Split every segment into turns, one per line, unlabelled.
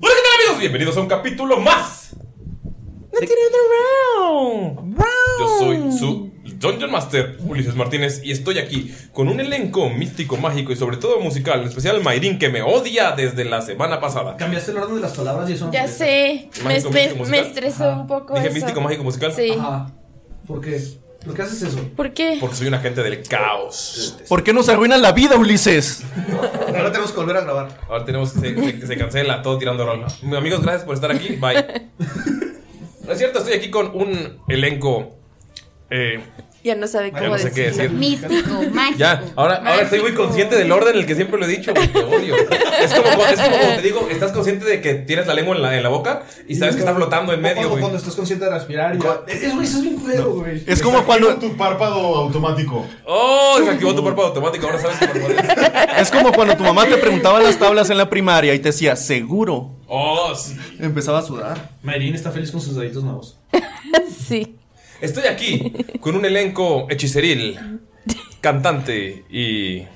Hola, ¿qué tal, amigos? Bienvenidos a un capítulo más. Yo soy su Dungeon Master, Ulises Martínez, y estoy aquí con un elenco místico, mágico y sobre todo musical, en especial Mayrin, que me odia desde la semana pasada.
Cambiaste el orden de las palabras y eso.
Ya sé, me,
Mágico,
espe-
místico, musical.
me estresó un poco
Dije
eso.
místico, mágico, musical.
Sí.
Ajá. ¿Por qué? ¿Por qué haces eso?
¿Por qué?
Porque soy un agente del caos.
¿Por qué nos arruinan la vida, Ulises?
Ahora tenemos que volver a grabar.
Ahora tenemos que se, se- se cancela todo tirando rol. Amigos, gracias por estar aquí. Bye. No es cierto, estoy aquí con un elenco. eh,
Ya no sabe
ya
cómo
no sé qué
decirlo.
decir.
Místico, mágico.
Ya, ahora, ahora estoy muy consciente del orden en el que siempre lo he dicho, güey, te odio. Es como, cu- es como cuando te digo, estás consciente de que tienes la lengua en la, en la boca y sabes que está flotando en medio,
Cuando,
güey.
cuando estás consciente de respirar y ya. Es, güey, eso es bien culero, güey.
Es como cuando,
tu párpado automático.
Oh, desactivó tu párpado automático, ahora sabes que párpado es.
es como cuando tu mamá te preguntaba las tablas en la primaria y te decía, seguro.
Oh, sí.
Empezaba a sudar.
Mayrin está feliz con sus deditos nuevos.
Sí.
Estoy aquí con un elenco hechiceril, cantante y.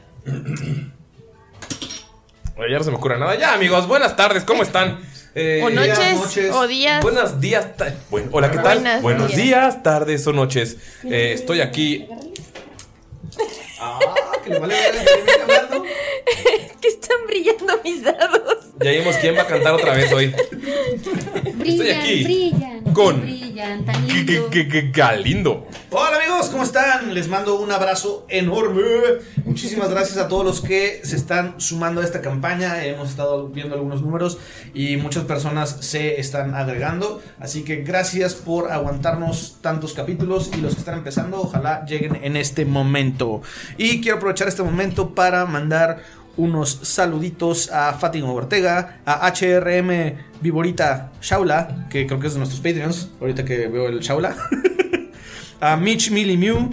Ay, Ya no se me ocurre nada. Ya, amigos, buenas tardes, ¿cómo están? Eh,
O
noche.
noches,
noches.
o días.
Buenos días. ta- Bueno, hola, ¿qué tal?
Buenas
Buenos
días.
días, tardes o noches. Eh, estoy aquí
Ah, que le vale ver que viene hablando.
que están brillando mis dados.
Ya vimos quién va a cantar otra vez hoy.
Brillan,
aquí
brillan.
con-
Brillan, tan
Qué-
lindo.
qué- qué- qué Galindo.
Hola amigos, ¿cómo están? Les mando un abrazo enorme. Muchísimas gracias a todos los que se están sumando a esta campaña. Hemos estado viendo algunos números y muchas personas se están agregando. Así que gracias por aguantarnos tantos capítulos y los que están empezando, ojalá lleguen en este momento. Y quiero aprovechar este momento para mandar unos saluditos a Fátima Ortega, a HRM Viborita Shaula, que creo que es de nuestros Patreons, ahorita que veo el Shaula. a Mitch Millimiu,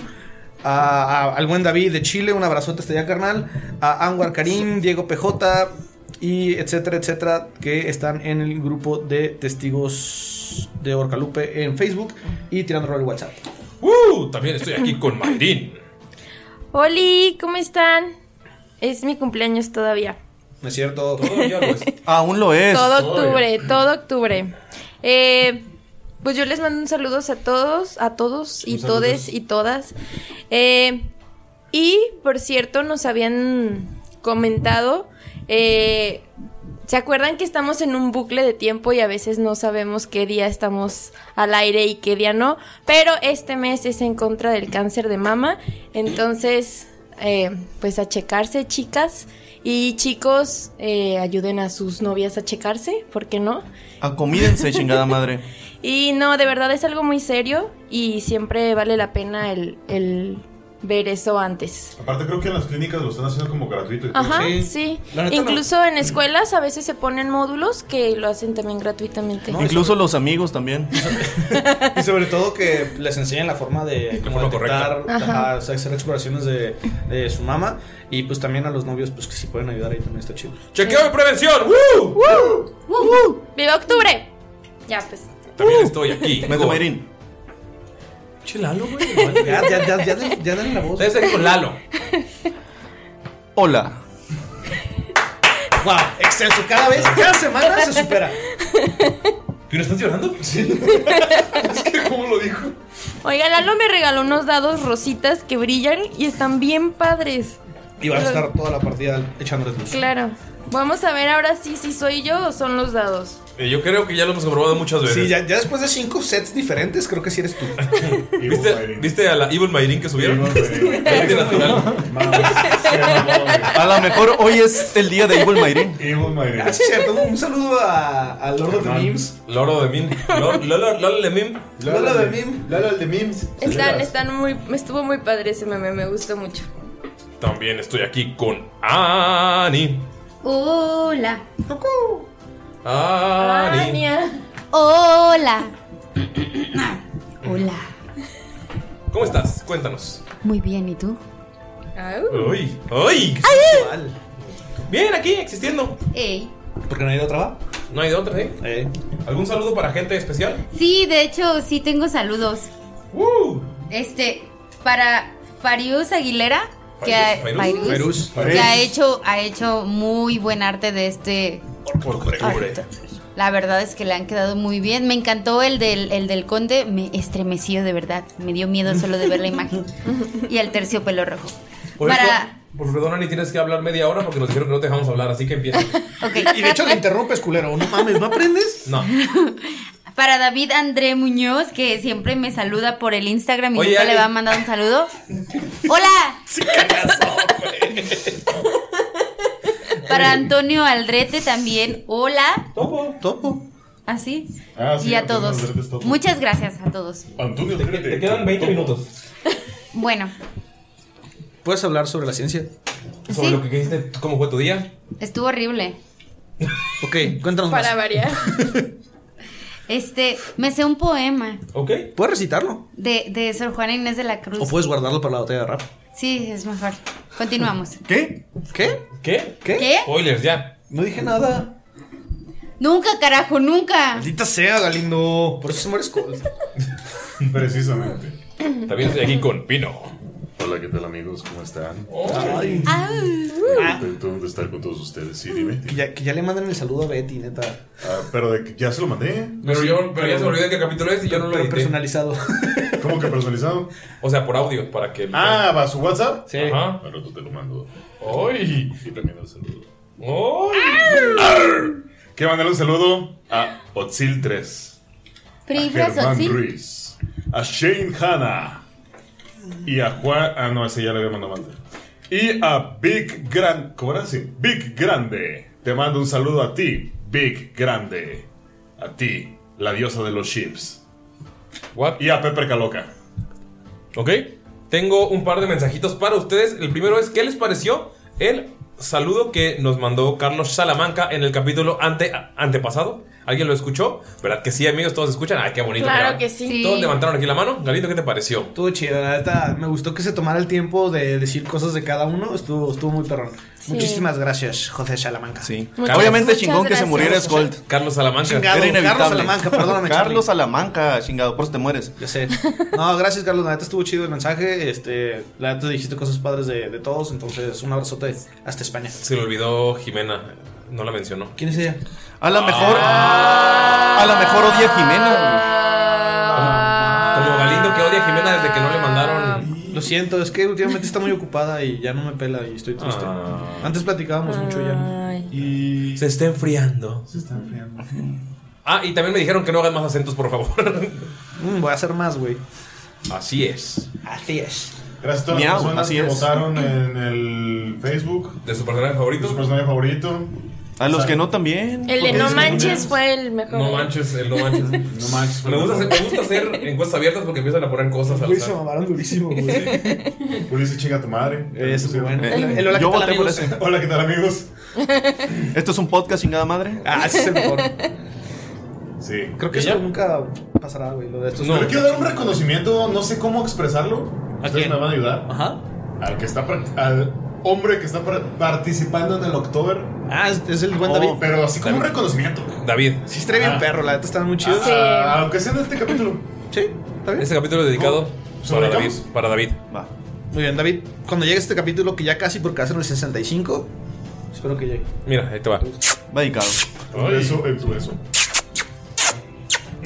a, a- al buen David de Chile, un abrazote hasta allá, carnal, a Anwar Karim, Diego PJ y etcétera, etcétera, que están en el grupo de testigos de Orcalupe en Facebook y tirándolo al WhatsApp.
Uh, también estoy aquí con Mayrin.
Oli, ¿cómo están? Es mi cumpleaños todavía.
¿No es cierto?
Todavía lo es.
Aún lo es.
Todo octubre, todo octubre. Eh, pues yo les mando un saludos a todos, a todos y todes y todas. Eh, y por cierto, nos habían comentado. eh, ¿Se acuerdan que estamos en un bucle de tiempo y a veces no sabemos qué día estamos al aire y qué día no? Pero este mes es en contra del cáncer de mama. Entonces, eh, pues a checarse, chicas. Y chicos, eh, ayuden a sus novias a checarse, ¿por qué no?
Acomídense, Ah, chingada madre.
Y no, de verdad es algo muy serio y siempre vale la pena el, el ver eso antes.
Aparte creo que en las clínicas lo están haciendo como gratuito. y todo.
Ajá, sí. Incluso en escuelas a veces se ponen módulos que lo hacen también gratuitamente.
Incluso los amigos también.
Y sobre todo que les enseñen la forma de cómo detectar,
correcta. Ajá.
ajá, o sea, hacer exploraciones de, de su mamá. Y pues también a los novios, pues que si pueden ayudar ahí también está chido.
¡Chequeo de prevención! ¡Uh! ¡Woo!
¡Viva octubre! Ya, pues.
También estoy aquí.
Mete Mayrin.
Chilalo, güey.
Ya, ya, ya, ya, dale- ya dale la voz.
Debe ser con Lalo.
Hola.
Wow, excelso. Cada vez, cada semana se supera.
¿Tú no estás llorando? Sí. es que, ¿cómo lo dijo?
Oiga, Lalo me regaló unos dados rositas que brillan y están bien padres.
Y vas a estar toda la partida echándoles luz.
Claro. Vamos a ver ahora sí, si soy yo o son los dados.
Eh, yo creo que ya lo hemos comprobado muchas veces.
Sí, ya, ya después de cinco sets diferentes, creo que sí eres tú.
¿Viste, ¿Viste a la Evil Mayrin que subieron?
Veinte
natural.
A lo mejor hoy es el día de Evil Mayrin.
Evil Mayrin.
Ah, sí, cierto. Un saludo a, a Lord of the Memes.
Loro de Min. Lor- Lolo Lolo de Min.
Lolo de Mim.
Lalo el de Mims.
Están, están muy. Me estuvo muy padre ese meme, me gustó mucho.
También estoy aquí con Ani.
Hola.
Ani.
Hola. Hola.
¿Cómo estás? Cuéntanos.
Muy bien, ¿y tú?
¡Ay! ¡Ay! Bien, aquí, existiendo.
Ey.
Porque no hay de otra, ¿va?
No hay de otra, ¿eh?
Eh.
¿Algún saludo para gente especial?
Sí, de hecho, sí tengo saludos.
¡Woo!
Este, para Farius Aguilera, que, ha,
Fairuz,
Fairuz,
Fairuz, Fairuz.
que ha hecho, ha hecho muy buen arte de este.
Octubre.
La verdad es que le han quedado muy bien. Me encantó el del, el del conde, me estremeció de verdad. Me dio miedo solo de ver la imagen. Y el terciopelo rojo.
Por
Para-
esto, por perdón, Ani, tienes que hablar media hora porque nos dijeron que no te dejamos hablar, así que empieza.
Y de hecho le interrumpes, culero. No mames, ¿no aprendes?
No.
Para David André Muñoz, que siempre me saluda por el Instagram y
Oye,
nunca
Ale.
le va a mandar un saludo. ¡Hola! Para Antonio Aldrete también, hola.
Topo.
Topo.
Así.
Ah, sí,
y a
Antonio
todos.
Aldrete es topo.
Muchas gracias a todos.
Antonio,
Te, te quedan 20 minutos.
Bueno,
¿Puedes hablar sobre la ciencia?
Sobre
Sí.
lo que hiciste, cómo fue tu día.
estuvo horrible.
Ok, cuéntanos
Para
más.
variar.
Este, me sé un poema
¿Ok?
¿Puedes recitarlo?
de, de Sor Juana Inés de la
¿O
Cruz.
puedes guardarlo para la botella de rap?
Sí, es mejor. Continuamos.
¿Qué?
¿Qué?
¿Qué?
¿Qué?
¿Qué?
Spoilers, ya.
No dije nada.
Nunca, carajo, nunca.
Maldita sea, Galindo. Por eso se mueres cold.
Precisamente.
También estoy aquí con Pino.
Hola, ¿qué tal amigos? ¿Cómo están?
Ah,
Contento de estar con todos ustedes. Sí, dime.
Que ya, que ya le manden el saludo a Betty, neta.
Ah, pero de que- ya se lo mandé.
Pero yo, pero ya se me olvidó de qué capítulo es y yo no lo
Pero
edité.
personalizado.
¿Cómo que personalizado?
O sea, por audio, para que.
Ah, ¿va a su WhatsApp?
Sí.
Ajá.
Al rato te lo mando.
¡Ay!
Y también el saludo.
¡Ay!
Quiero mandarle un saludo a Otzil 3. A
Frifras
Germán
Otzil.
Ruiz. A Shane Hanna. Y a Juan. Ah, no, ese ya le había mandado antes. Y a Big Grande. ¿Cómo era así? Big Grande. Te mando un saludo a ti, Big Grande. A ti, la diosa de los chips.
What?
Y a Pepe Caloca.
Ok. Tengo un par de mensajitos para ustedes. El primero es: ¿qué les pareció el saludo que nos mandó Carlos Salamanca en el capítulo ante, antepasado? ¿Alguien lo escuchó? ¿Verdad que sí, amigos? ¿Todos escuchan? ¡Ay, qué bonito!
Claro
¿verdad?
que sí.
Todos levantaron aquí la mano. Galindo, ¿qué te pareció?
Estuvo chido, la neta. Me gustó que se tomara el tiempo de decir cosas de cada uno. Estuvo, estuvo muy perrón. Muchísimas gracias, José Salamanca.
Sí.
Muchas-
Obviamente
muchas
chingón que se
gracias.
muriera Scold.
Carlos Salamanca.
Chingado. Carlos
inevitable.
Salamanca, perdóname,
Carlos Salamanca, chingado, por eso te mueres.
Ya sé. No, gracias, Carlos. La neta estuvo chido el mensaje. Este, la neta dijiste cosas padres de, de todos. Entonces, un abrazote hasta España.
Se le olvidó Jimena. No la mencionó.
¿Quién es ella?
A lo mejor. A lo mejor odia a Jimena.
Como Galindo que odia a Jimena desde que no le mandaron.
Lo siento, es que últimamente está muy ocupada y ya no me pela y estoy triste.
Ah.
Antes platicábamos mucho ya. no.
Y.
Se está enfriando.
Se está enfriando.
Ah, y también me dijeron que no hagan más acentos, por favor.
Mm, voy a hacer más, güey.
Así es.
Así es.
Gracias a todas las
Miau,
personas
así
que
es.
votaron en el Facebook.
De su personaje favorito.
De su personaje favorito.
A los que no también.
El de
porque
no
es que-
manches fue el mejor.
No manches, el no manches. no manches. Me gusta, hacer, me gusta hacer encuestas abiertas porque empiezan a poner cosas al
Güey, se
azar.
mamaron durísimo, güey.
Ulises, chinga tu madre.
Eh,
Eso es bueno.
El- el hola, ¿qué Yo tal, voté por amigos? ese.
Hola, ¿qué tal, amigos?
¿Esto es un podcast sin nada madre?
Ah, ese es el mejor. Sí.
Creo que eso nunca pasará, güey. Lo de estos.
Pero quiero dar un reconocimiento, no sé cómo expresarlo. Ustedes me van a ayudar.
Ajá.
Al que está prac- al hombre que está pra- participando en el October. Oh,
Ah, es, el buen David.
Pero así como un
David.
reconocimiento.
David.
Sí, está bien
Ah.
perro, la neta están muy chidos.
Sí. Ah, aunque sea en este capítulo.
Sí, está bien.
Este capítulo es dedicado
¿Se lo
para David.
dedicamos?
Para David.
Muy bien, David. Cuando llegue este capítulo, que ya casi porque hacen el 65, espero que llegue.
Mira, ahí te va.
Va dedicado.
Eso, eh. en tu eso.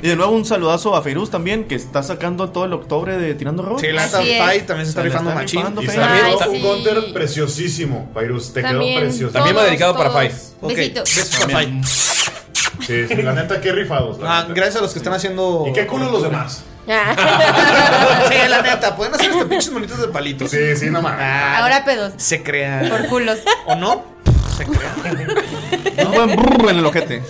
Y de nuevo un saludazo a Feiruz también, que está sacando todo el octubre de Tirando Rock.
Sí, la neta, Así es. Fai también se está rifando machín. Y
Fai.
también Ay, un sí. counter preciosísimo, Fairuz. Te
También,
quedó precioso.
También va todos, dedicado para todos. Fai.
Ok,
Besito.
beso para Fai. Sí, sí, la neta, qué rifados.
Ah, gracias a los que están haciendo. ¿Y
qué culo los demás?
sí, la neta, pueden hacer hasta pinches monitos de palitos.
Sí, sí, nomás.
Ahora pedos.
Se crean.
Por culos.
¿O no? Se crean.
Un buen brrr en el ojete.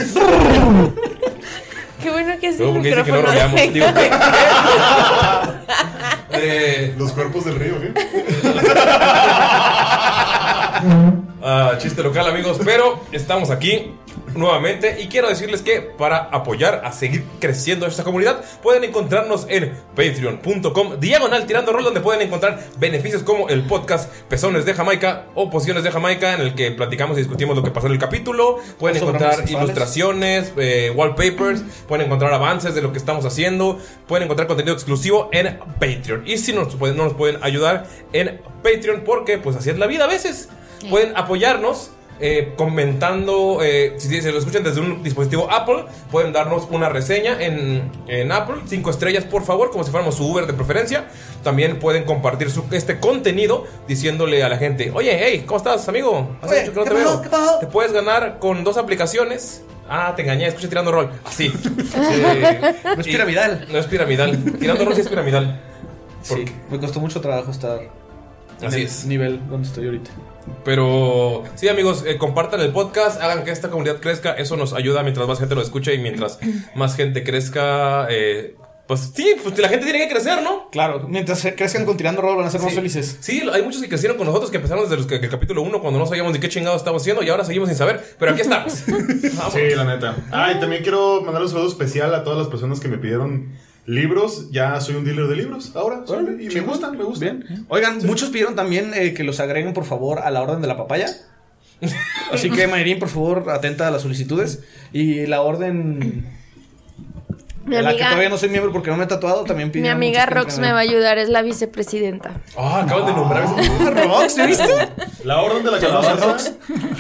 Qué bueno que es
Luego,
el
porque dice que
micrófono.
no rodeamos, digo.
Eh.
Los cuerpos del río, ¿qué?
Ah, chiste local, amigos. Pero estamos aquí nuevamente y quiero decirles que para apoyar a seguir creciendo esta comunidad, pueden encontrarnos en patreon.com diagonal tirando rol, donde pueden encontrar beneficios como el podcast Pezones de Jamaica o Pociones de Jamaica, en el que platicamos y discutimos lo que pasó en el capítulo. Pueden
Sobre
encontrar
homosexuales.
ilustraciones, eh, wallpapers, pueden encontrar avances de lo que estamos haciendo, pueden encontrar contenido exclusivo en Patreon. Y si nos pueden- no nos pueden ayudar en Patreon, porque pues así es la vida a veces. Pueden apoyarnos eh, comentando, eh, si se lo escuchan desde un dispositivo Apple, pueden darnos una reseña en, en Apple, cinco estrellas por favor, como si fuéramos su Uber de preferencia. También pueden compartir su- este contenido diciéndole a la gente, oye, hey, ¿cómo estás, amigo? Hace
Oye,
mucho
¿qué
que no te
pasó?
veo.
¿Qué pasó?
Te puedes ganar con dos aplicaciones. Ah, te engañé, escuché tirando rol. Así. Eh,
No es piramidal.
No es piramidal. Tirando rol sí es piramidal.
Sí, me costó mucho trabajo estar en
Así
el
es.
nivel donde estoy ahorita.
Pero sí, amigos, eh, compartan el podcast, hagan que esta comunidad crezca. Eso nos ayuda mientras más gente lo escuche y mientras más gente crezca. eh, pues sí, pues la gente tiene que crecer, ¿no?
Claro, mientras crezcan con tirando rol van a ser más felices.
Sí, hay muchos que crecieron con nosotros que empezaron desde los que- que el capítulo 1 cuando no sabíamos de qué chingados estábamos haciendo y ahora seguimos sin saber. Pero aquí estamos.
Sí, la neta. Ah, y también quiero mandar un saludo especial a todas las personas que me pidieron libros. Ya soy un dealer de libros ahora. soy- y me gustan, me gustan.
Oigan, muchos pidieron también eh, que los agreguen, por favor, a la orden de la papaya. Así que, Mayrín, por favor, atenta a las solicitudes. Y la orden.
Mi
de la que
amiga-
todavía no soy miembro porque no me he tatuado, también
Mi
pidieron.
amiga Rox me va a ayudar, es la vicepresidenta.
Ah, acaban de nombrar
a Rox, ¿ya viste?
La orden de la
Saludos a
calabaza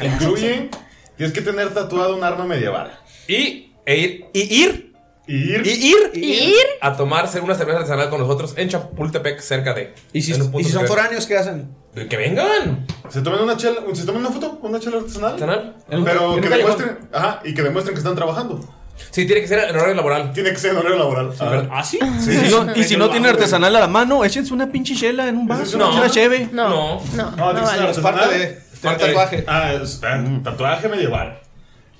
incluye tienes que tener tatuado un arma medieval.
Y, e ir, y ir.
Y ir.
Y ir.
Y ir.
A tomarse una cerveza artesanal con nosotros en Chapultepec, cerca de.
¿Y si,
en un punto
y si son
que-
foráneos, ¿qué hacen?
Que vengan.
Se toman una chela, se toman una foto, una chela artesanal.
En un- en
Pero
un
que
callejón.
demuestren, ajá, y que demuestren que están trabajando.
Sí, tiene que ser en horario laboral.
Tiene que ser en horario laboral. A ver.
¿Ah, sí?
Y si no- y si no tiene artesanal a la mano, échense una pinche chela en un vaso.
No.
una cheve.
No.
No,
No, Ah, tiene que ser
Es parte de-
artesanal.
parte de- tatuaje.
eh, Ah, es- ah, tatuaje medieval.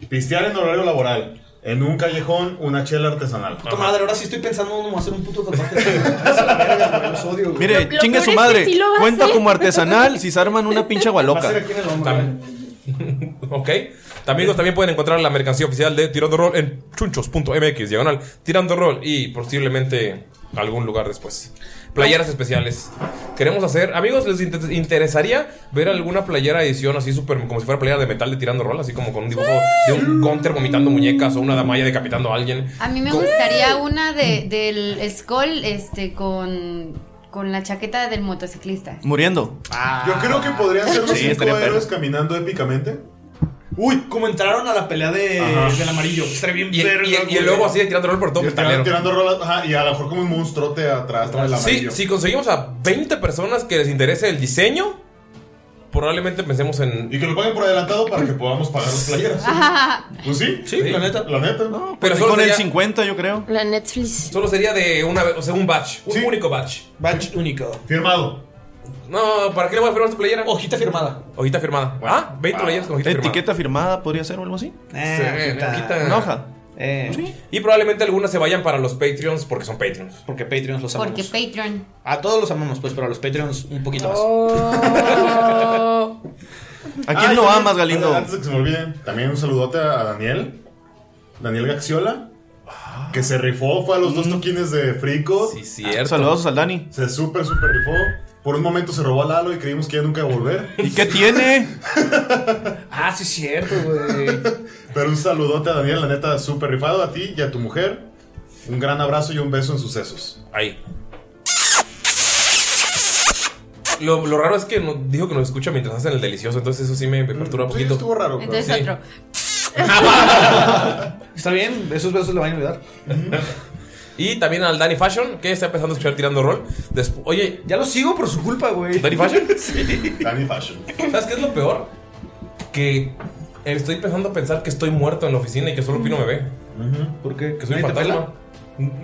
Pistear en horario laboral. En un callejón, una chela artesanal.
Puta madre, ahora sí estoy pensando en hacer un puto tatuaje. Esa la verga, güey, los odio, güey.
Mire, chingue su madre. Cuenta como artesanal si se arman una pinche gualoca.
También. ok. Amigos, también pueden encontrar la mercancía oficial de Tirando Roll en chunchos.mx, diagonal, Tirando Roll y posiblemente algún lugar después. Playeras especiales. Queremos hacer, amigos, ¿les inter- interesaría ver alguna playera edición así súper, como si fuera playera de metal de Tirando Roll, así como con un dibujo de un counter vomitando muñecas o una damaya decapitando a alguien?
A mí me
Con-
gustaría una de, del Skull este, con, con la chaqueta del motociclista.
Muriendo.
Yo creo que podrían ser los
Sí,
cinco
estaría
héroes caminando épicamente.
Uy, como entraron a la pelea de,
Ajá.
del amarillo. Estaría bien
Y,
verga,
y- y
güey.
el logo así de Tirando Roll por todo
Y
metalero.
Tirando, tirando rolas, ajá, y a lo mejor como un monstruote atrás, atrás del
Sí,
amarillo.
si conseguimos a 20 personas que les interese el diseño, probablemente pensemos en.
Y que lo paguen por adelantado para que podamos pagar los playeras.
Ajá.
Pues sí,
Sí, la
neta. La neta.
Pero
Con
solo
el
sería,
50, yo creo.
La Netflix.
solo sería de una, o sea, un batch, un único batch.
Batch único.
Firmado.
No, ¿para qué le voy a firmar tu playera?
Hojita firmada.
Hojita firmada. Ah, 20 playeras con hojita firmada.
Etiqueta firmada podría ser o algo así.
Sí, hojita.
Una hoja.
Y probablemente algunas se vayan para los Patreons porque son Patreons.
Porque Patreons los amamos.
Porque Patreon.
A todos los amamos, pues, pero a los Patreons un poquito más.
Oh.
Oh.
¿A quién
Ah, y
no
también,
amas, Galindo?
bueno, Antes de que se me olvide, también un saludote a Daniel. Daniel Gaxiola. Que se rifó, fue a los dos toquines de Frico.
Sí, cierto.
Ah, Saludos al Dani.
Se súper, súper rifó. Por un momento se robó a Lalo y creímos que ya nunca iba a volver.
¿Y qué tiene?
Ah, sí, es cierto, güey.
Pero un saludote a Daniel, la neta, súper rifado a ti y a tu mujer. Un gran abrazo y un beso en sus sesos.
Ahí. Lo, lo raro es que no- dijo que nos escucha mientras hacen el delicioso, entonces eso sí me, me perturba un
Mm, Sí,
poquito.
estuvo raro. pero-
Entonces
Sí.
otro.
Está bien, esos besos le van a ayudar.
Y también al Danny Fashion, que está empezando a escuchar tirando rol. Despu- Oye,
Ya lo sigo por su culpa, güey.
¿Danny Fashion?
Danny Fashion.
¿Sabes qué es lo peor? Que estoy empezando a pensar que estoy muerto en la oficina y que solo Pino me ve.
¿Por qué?
Que soy un
¿Nadie te
fantasma.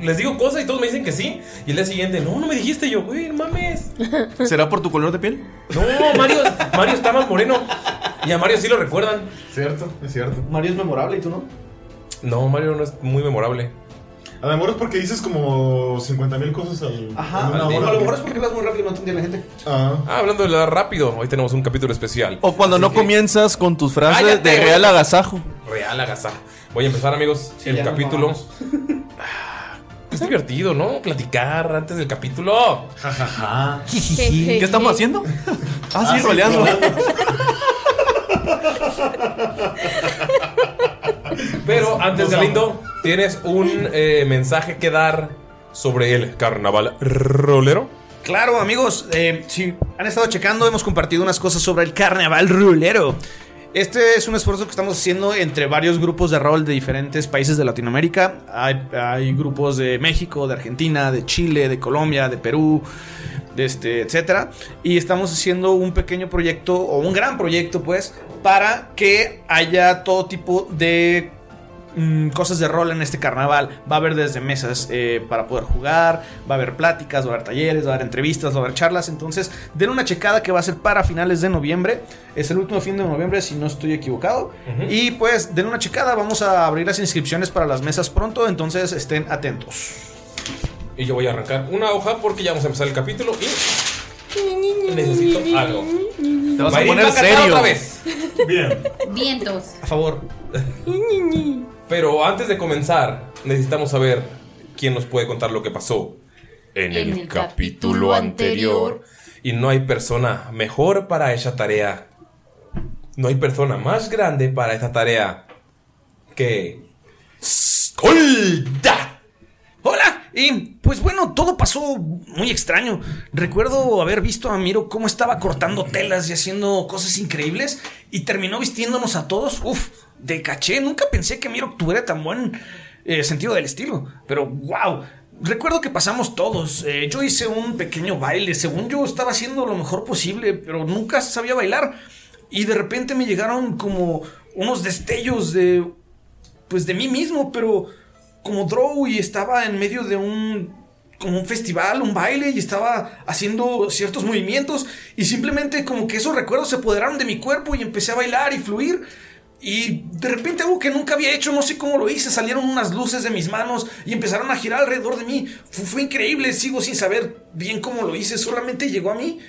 Les digo cosas y todos me dicen que sí. Y el día siguiente, no, no me dijiste Y yo, güey, no mames.
¿Será por tu color de piel?
No, Mario, Mario está más moreno. Y a Mario sí lo recuerdan.
Cierto, es cierto.
pela? Mario es memorable y tú no.
No, Mario no es muy memorable.
A lo mejor es porque dices como 50 mil cosas al,
Ajá.
en una
a
hora.
lo mejor es porque vas muy rápido y no entendía la gente.
Ah.
Ah, hablando de la rápido, hoy tenemos un capítulo especial.
O cuando no comienzas con tus frases
Cállate,
de
güey.
real agasajo.
Real agasajo. Voy a empezar, amigos,
Sí,
el
ya nos
capítulo. Ah,
mamamos.
Es divertido, ¿no? Platicar antes del capítulo.
¿Qué estamos haciendo? Ah, sí, roleando.
Pero antes,
nos
Galindo, tienes un eh, mensaje que dar sobre el carnaval rolero.
Claro, amigos, eh, si han estado checando, hemos compartido unas cosas sobre el carnaval rulero. Este es un esfuerzo que estamos haciendo entre varios grupos de rol de diferentes países de Latinoamérica. Hay, hay grupos de México, de Argentina, de Chile, de Colombia, de Perú, de este, etcétera. Y estamos haciendo un pequeño proyecto, o un gran proyecto, pues, para que haya todo tipo de mm, cosas de rol en este carnaval. Va a haber desde mesas eh, para poder jugar, va a haber pláticas, va a haber talleres, va a haber entrevistas, va a haber charlas. Entonces, den una checada que va a ser para finales de noviembre. Es el último fin de noviembre, si no estoy equivocado. Y pues, den una checada. Vamos a abrir las inscripciones para las mesas pronto. Entonces, estén atentos.
Y yo voy a arrancar una hoja porque ya vamos a empezar el capítulo y necesito algo.
Te vas a
Mayrin va
poner
a cantar
serio.
otra vez.
Bien.
Vientos.
A favor.
Pero antes de comenzar, necesitamos saber quién nos puede contar lo que pasó
En
en, el,
el
capítulo
capítulo
anterior.
anterior.
Y no hay persona mejor para esa tarea. No hay persona más grande para esa tarea que... ¡Skolda!
Hola, y pues bueno, todo pasó muy extraño. Recuerdo haber visto a Miro cómo estaba cortando telas y haciendo cosas increíbles y terminó vistiéndonos a todos. Uf, de caché, nunca pensé que Miro tuviera tan buen eh, sentido del estilo, pero wow. Recuerdo que pasamos todos. Eh, yo hice un pequeño baile, según yo estaba haciendo lo mejor posible, pero nunca sabía bailar. Y de repente me llegaron como unos destellos de pues de mí mismo, pero como Drow y estaba en medio de un como un festival, un baile y estaba haciendo ciertos movimientos y simplemente como que esos recuerdos se apoderaron de mi cuerpo y empecé a bailar y fluir y de repente algo que nunca había hecho, no sé cómo lo hice, salieron unas luces de mis manos y empezaron a girar alrededor de mí. Fue, fue increíble, sigo sin saber bien cómo lo hice, solamente llegó a mí.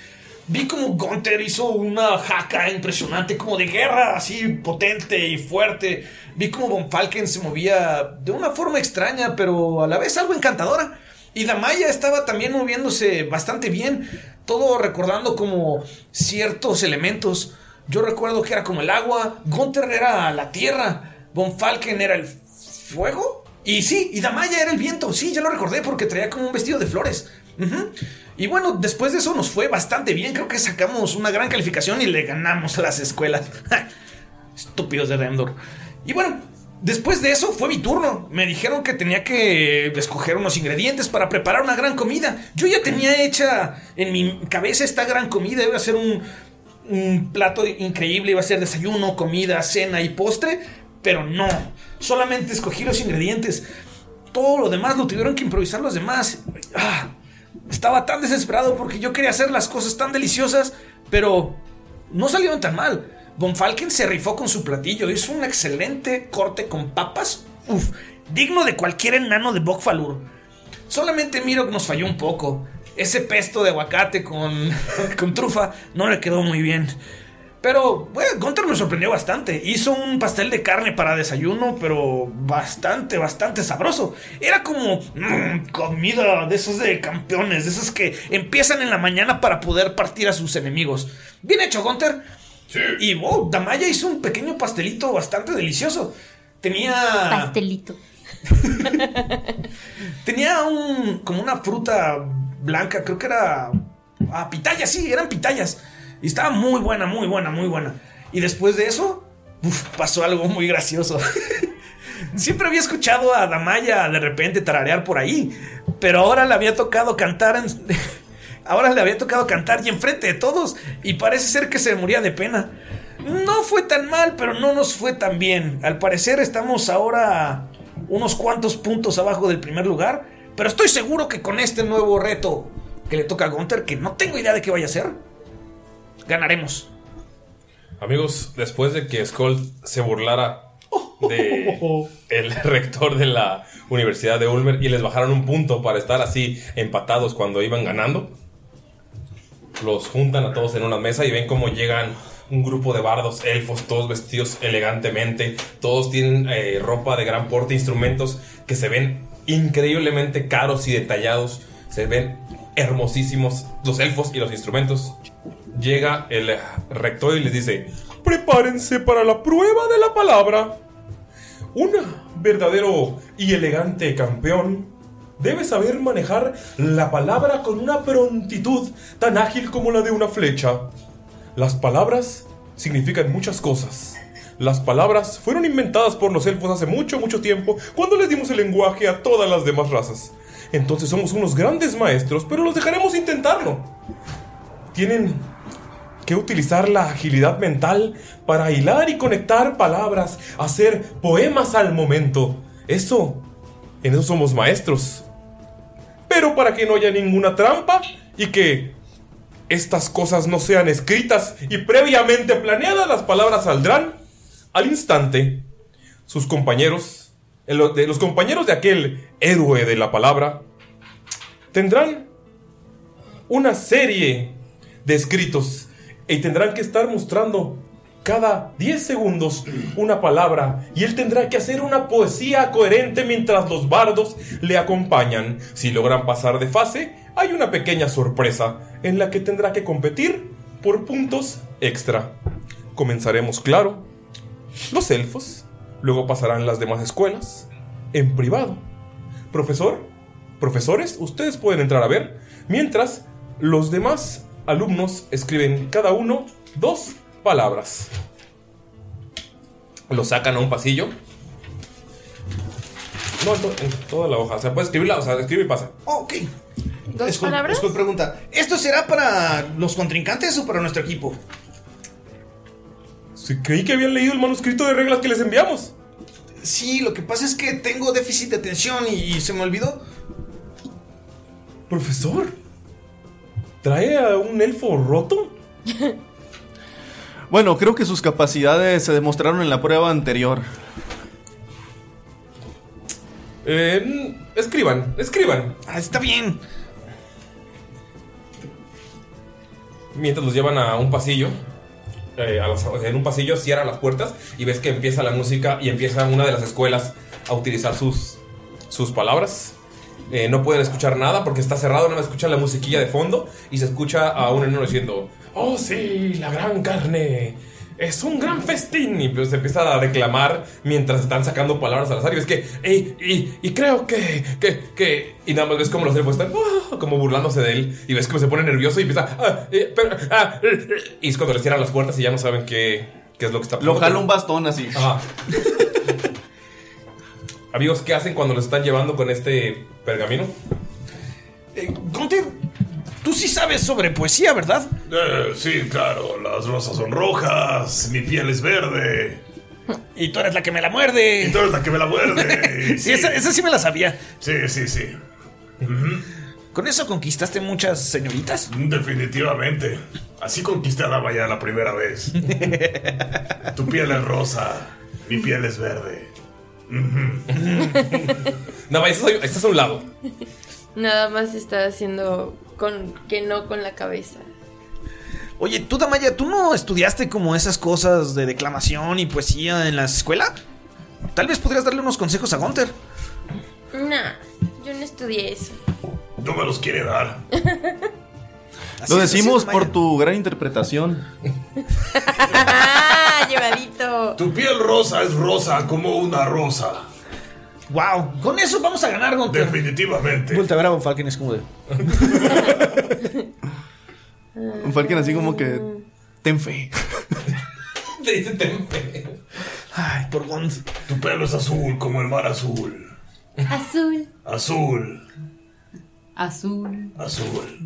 Vi como Gunther hizo una jaca impresionante, como de guerra, así potente y fuerte. Vi como Von Falken se movía de una forma extraña, pero a la vez algo encantadora. Y Damaya estaba también moviéndose bastante bien, todo recordando como ciertos elementos. Yo recuerdo que era como el agua, Gunther era la tierra, Von Falken era el fuego. Y sí, y Damaya era el viento, sí, ya lo recordé porque traía como un vestido de flores. Ujú. Y bueno, después de eso nos fue bastante bien, creo que sacamos una gran calificación y le ganamos a las escuelas. Estúpidos de Remdor. Y bueno, después de eso fue mi turno. Me dijeron que tenía que escoger unos ingredientes para preparar una gran comida. Yo ya tenía hecha en mi cabeza esta gran comida. Iba a ser un, un plato increíble. Iba a ser desayuno, comida, cena y postre. Pero no. Solamente escogí los ingredientes. Todo lo demás lo tuvieron que improvisar los demás. Ah, Estaba tan desesperado porque yo quería hacer las cosas tan deliciosas, pero no salieron tan mal. Von Falken se rifó con su platillo, hizo un excelente corte con papas, uf, digno de cualquier enano de Bokfalur. Solamente Mirok nos falló un poco. Ese pesto de aguacate con, con trufa no le quedó muy bien. Pero, bueno, Gunter me sorprendió bastante. Hizo un pastel de carne para desayuno, pero bastante, bastante sabroso. Era como mm, comida de esos de campeones, de esos que empiezan en la mañana para poder partir a sus enemigos. Bien hecho, Gunter. Y, wow, Damaya hizo un pequeño pastelito bastante delicioso. Tenía...
Pastelito.
Tenía un. como una fruta blanca, creo que era. Ah, pitayas, sí, eran pitayas. Y estaba muy buena, muy buena, muy buena. Y después de eso, uf, pasó algo muy gracioso. Siempre había escuchado a Damaya de repente tararear por ahí, pero ahora le había tocado cantar en- Ahora le había tocado cantar y enfrente de todos, y parece ser que se moría de pena. No fue tan mal, pero no nos fue tan bien. Al parecer estamos ahora unos cuantos puntos abajo del primer lugar, pero estoy seguro que con este nuevo reto que le toca a Gunther, que no tengo idea de qué vaya a ser, ganaremos.
Amigos, después de que Skold se burlara de el rector de la Universidad de Ulmer y les bajaron un punto para estar así empatados cuando iban ganando, los juntan a todos en una mesa y ven cómo llegan un grupo de bardos, elfos, todos vestidos elegantemente, todos tienen eh, ropa de gran porte, instrumentos que se ven increíblemente caros y detallados, se ven hermosísimos los elfos y los instrumentos. Llega el eh, rector y les dice, Prepárense para la prueba de la palabra. Un verdadero y elegante campeón debe saber manejar la palabra con una prontitud tan ágil como la de una flecha. Las palabras significan muchas cosas. Las palabras fueron inventadas por los elfos hace mucho, mucho tiempo, cuando les dimos el lenguaje a todas las demás razas. Entonces somos unos grandes maestros, pero los dejaremos intentarlo. Tienen que utilizar la agilidad mental para hilar y conectar palabras, hacer poemas al momento. Eso, en eso somos maestros. Pero para que no haya ninguna trampa y que estas cosas no sean escritas y previamente planeadas, las palabras saldrán al instante. Sus compañeros, el- de- los compañeros de aquel héroe de la palabra, tendrán una serie de escritos y tendrán que estar mostrando cada 10 segundos una palabra y él tendrá que hacer una poesía coherente mientras los bardos le acompañan. Si logran pasar de fase, hay una pequeña sorpresa en la que tendrá que competir por puntos extra. Comenzaremos, claro, los elfos, luego pasarán las demás escuelas, en privado. Profesor, profesores, ustedes pueden entrar a ver, mientras los demás alumnos escriben cada uno dos palabras. Lo sacan a un pasillo. No, en, to- en toda la hoja. O sea, puede escribirla, o sea, escribe y pasa.
Ok.
¿Dos
Skull-
palabras?
Skull pregunta: ¿esto será para los contrincantes o para nuestro equipo?
Sí, creí que habían leído el manuscrito de reglas que les enviamos.
Sí, lo que pasa es que tengo déficit de atención y, y se me olvidó.
Profesor, ¿trae a un elfo roto?
Bueno, creo que sus capacidades se demostraron en la prueba anterior.
Eh, escriban, escriban.
Ah, está bien.
Mientras los llevan a un pasillo. eh, a las- o sea, en un pasillo cierran las puertas y ves que empieza la música y empieza una de las escuelas a utilizar sus, sus palabras. Eh, no pueden escuchar nada porque está cerrado, nada más escuchan la musiquilla de fondo y se escucha a un enano diciendo, oh sí, la gran carne, es un gran festín. Y pues se empieza a reclamar mientras están sacando palabras al azar y ves que, "Ey, y, y creo que, que, que, y nada más ves como los elfos están "Ah", como burlándose de él y ves como se pone nervioso y empieza, "Ah, eh, pero, ah, eh, eh". y es cuando le cierran las puertas y ya no saben qué, qué es lo que está
Lo
pasando.
jala un bastón así.
Ajá. Amigos, ¿qué hacen cuando los están llevando con este pergamino?
Eh, Gunther, tú sí sabes sobre poesía, ¿verdad?
Eh, sí, claro, las rosas son rojas, mi piel es verde.
Y tú eres la que me la muerde.
Y tú eres la que me la muerde.
Sí, esa, esa sí me la sabía.
Sí, sí, sí.
¿Con eso conquistaste muchas señoritas?
Mm, Definitivamente. Así conquisté a Dama ya la primera vez. tu piel es rosa, mi piel es verde.
Nada, estás, ahí- estás a un lado.
Nada más está haciendo con que no con la cabeza.
Oye, tú, Damaya, ¿tú no estudiaste como esas cosas de declamación y poesía en la escuela? Tal vez podrías darle unos consejos a Gunther.
Nah, yo no estudié eso.
No me los quiere dar.
Lo decimos por tu gran interpretación.
¡Ah, llevadito!
Tu piel rosa es rosa como una rosa.
¡Wow! Con eso vamos a ganar, Gunther.
Definitivamente.
Vuelta a ver a Von Falken es como de.
Un Falken así como que. Ten fe.
Te dice tempe.
Ay, por Gond.
Tu pelo es azul como el mar azul.
Azul.
Azul,
Azul.
azul.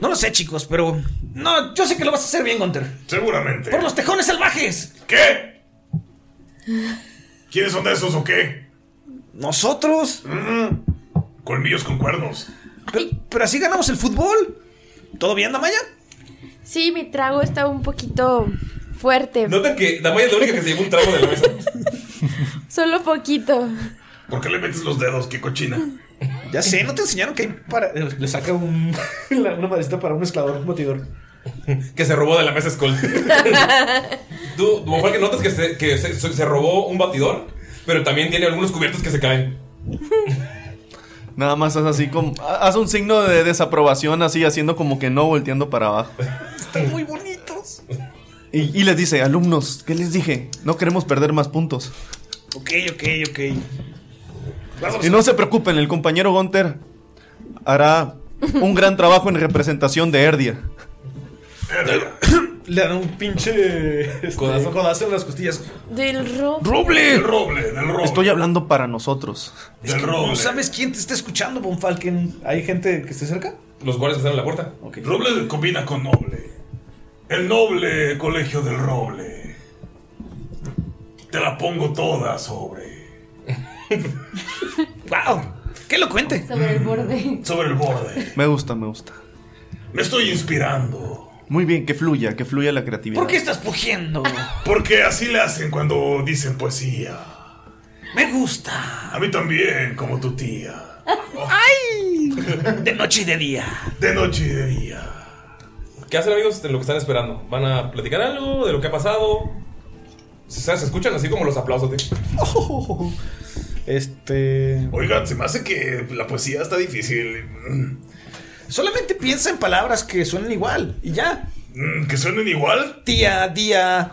No lo sé, chicos, pero. No, yo sé que lo vas a hacer bien, Gunther.
Seguramente.
¡Por los tejones salvajes!
¿Qué? ¿Quiénes son de esos o qué?
¿Nosotros?
Colmillos con cuernos.
Pero, pero así ganamos el fútbol. ¿Todo bien, Damaya?
Sí, mi trago está un poquito fuerte.
Nota que Damaya es la única que se llevó un trago de la mesa.
Solo poquito.
¿Por qué le metes los dedos? ¡Qué cochina!
Ya sé, ¿no te enseñaron que hay para. Le saca un, la- una madrecita para un esclavador, un batidor.
Que se robó de la mesa Skull. Tú, como fue que notas que, se, que se- se robó un batidor, pero también tiene algunos cubiertos que se caen.
Nada más haz así como. ha- Haz un signo de desaprobación, así haciendo como que no, volteando para abajo.
Están muy bonitos.
Y, y les dice, alumnos, ¿qué les dije? No queremos perder más puntos.
Ok, ok, ok. Vamos.
Y no se preocupen, el compañero Gunter hará un gran trabajo en representación de Erdia.
Le dan un pinche. este,
Codazo.
codazo en las costillas.
Del robo.
Del
¡Roble!
roble, del roble.
Estoy hablando para nosotros.
del
No
roble.
sabes quién te está escuchando, Von Falken. ¿Hay gente que esté cerca?
Los guardias que están en la puerta.
Ok.
Roble combina con noble. El noble colegio del roble. Te la pongo toda sobre.
¡Wow! ¡Qué lo cuente!
Sobre el borde.
Sobre el borde.
Me gusta, me gusta.
Me estoy inspirando.
Muy bien, que fluya, que fluya la creatividad.
¿Por qué estás pugiendo?
Porque así le hacen cuando dicen poesía.
Me gusta.
A mí también, como tu tía.
De noche y de día.
De noche y de día.
¿Qué hacen amigos de lo que están esperando? ¿Van a platicar algo de lo que ha pasado? Se, se escuchan así como los aplausos. tío.
Este.
Oigan, se me hace que la poesía está difícil. Mm,
Solamente piensa en palabras que suenen igual y ya.
mm, ¿Que suenen igual?
Tía, día,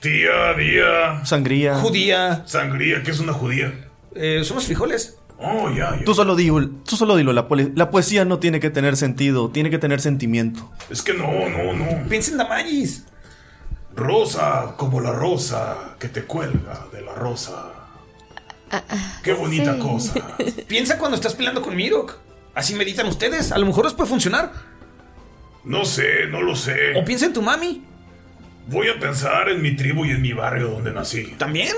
Tía, día.
Sangría.
judía.
Sangría, que es una judía.
Eh, son los frijoles.
Oh, ya, ya.
Tú solo dilo, tú solo dilo, la, pole- la poesía no tiene que tener sentido, tiene que tener sentimiento.
Es que no, no, no.
Piensa en damayis.
Rosa como la rosa que te cuelga de la rosa. Qué bonita cosa.
Piensa cuando estás peleando con Mirok. Así meditan ustedes. A lo mejor os puede funcionar.
No sé, no lo
O
sé.
piensa en tu mami.
Voy a pensar en mi tribu y en mi barrio donde nací.
También.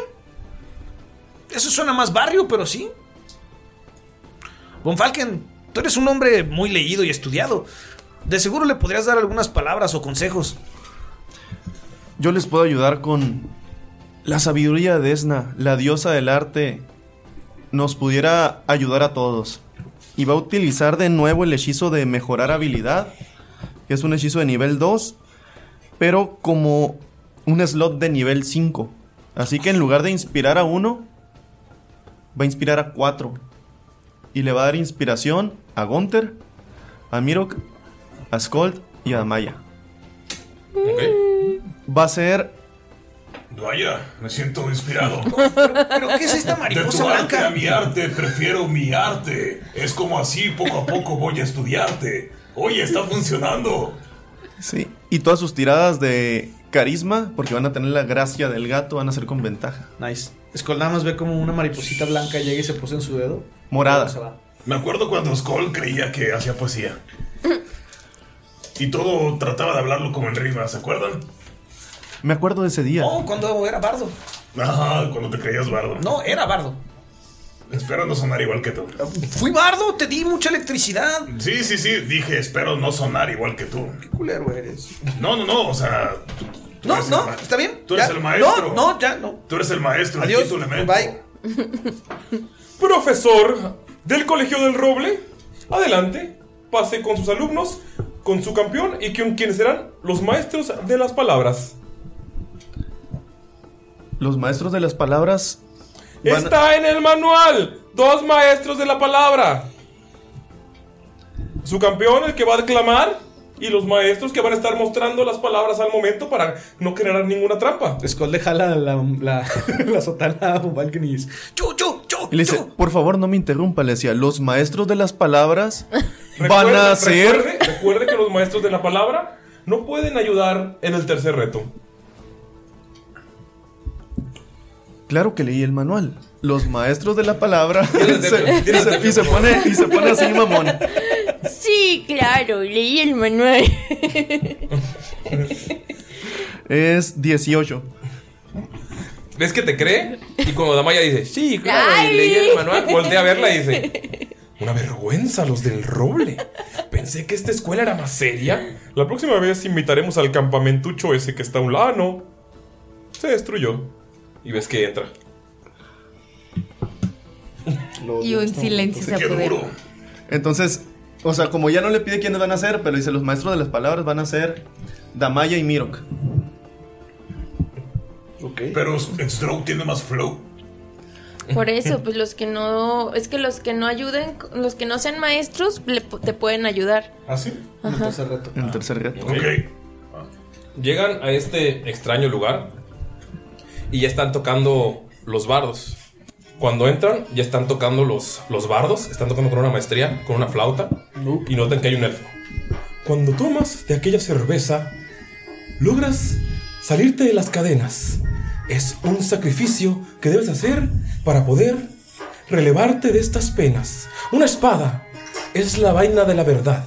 Eso suena más barrio, pero sí. Von Falken, tú eres un hombre muy leído y estudiado. De seguro le podrías dar algunas palabras o consejos.
Yo les puedo ayudar con la sabiduría de Esna, la diosa del arte, nos pudiera ayudar a todos. Y va a utilizar de nuevo el hechizo de mejorar habilidad, que es un hechizo de nivel 2, pero como un slot de nivel 5. Así que en lugar de inspirar a uno, va a inspirar a 4. Y le va a dar inspiración a Gunther, a Mirok, a Skold y a Maya.
Ok.
Va a ser
Vaya, me siento inspirado.
¿Pero qué es esta
De
mariposa
tu arte a
blanca?
mi arte, prefiero mi arte. Es como así, poco a poco voy a estudiarte. Oye, está funcionando.
Sí, y todas sus tiradas de carisma, porque van a tener la gracia del gato, van a ser con ventaja.
Nice. Skull nada más ve como una mariposita blanca llega y se puso en su dedo.
Morada.
Se va.
Me acuerdo cuando Skoll creía que hacía poesía.
Mm.
Y todo trataba de hablarlo como en rima, ¿se acuerdan?
Me
Oh.
acuerdo de ese día.
No, cuando era bardo.
Ah, cuando te creías bardo.
No, era bardo.
Espero no sonar igual que tú.
Fui bardo, te di mucha electricidad.
Sí, sí, sí, dije, espero no sonar igual que tú.
Qué culero eres.
No, no, no, o sea. tú- tú
No,
eres el
no,
ma-
está bien.
Tú eres
Ya.
el maestro.
No, no, ya, no.
Tú eres el maestro.
Adiós,
Aquí tu elemento.
Bye.
Profesor del Colegio del Roble, adelante, pase con sus alumnos, con su campeón y con quienes serán los maestros de las palabras.
Los maestros de las palabras van a-
Está en el manual, dos maestros de la palabra. Su campeón, el que va a declamar, y los maestros que van a estar mostrando las palabras al momento para no generar ninguna trampa.
Skull le jala la, la, la sotana a Balken y dice: ¡Chu, chu, chu!
Y le dice, por favor no me interrumpa, le decía, los maestros de las palabras van
Recuerde-
a ser...
Recuerde, recuerde que los maestros de la palabra no pueden ayudar en el tercer reto.
Claro que leí el manual. Los maestros de la palabra...
Tienes derecho,
y,
tienes
se,
derecho,
y se
por
pone, y se pone así, mamón.
Sí, claro, leí el manual.
Es 18.
¿Ves que te cree? Y cuando Damaya dice, sí, claro,
Ay.
y leí el manual, voltea a verla y dice, una vergüenza los del roble. Pensé que esta escuela era más seria. La próxima vez invitaremos al campamentucho ese que está a un lado. Ah, no. Se destruyó. Y ves que entra.
Y un
Pues
silencio se
Qué
apoderó.
duro.
Entonces, o sea, como ya no le pide quiénes van a ser, pero dice, los maestros de las palabras van a ser Damaya y Mirok.
Pero Stroke tiene más flow.
Por eso, pues los que no, es que los que no ayuden, los que no sean maestros, le- te pueden ayudar.
¿Ah, sí?
Entonces, rato.
Ah.
En el tercer reto.
Ok.
Llegan a este extraño lugar y ya están tocando los bardos. Cuando entran, ya están tocando los, los bardos, están tocando con una maestría, con una flauta, y notan que hay un elfo. Cuando tomas de aquella cerveza, logras salirte de las cadenas. Es un sacrificio que debes hacer para poder relevarte de estas penas. Una espada es la vaina de la verdad.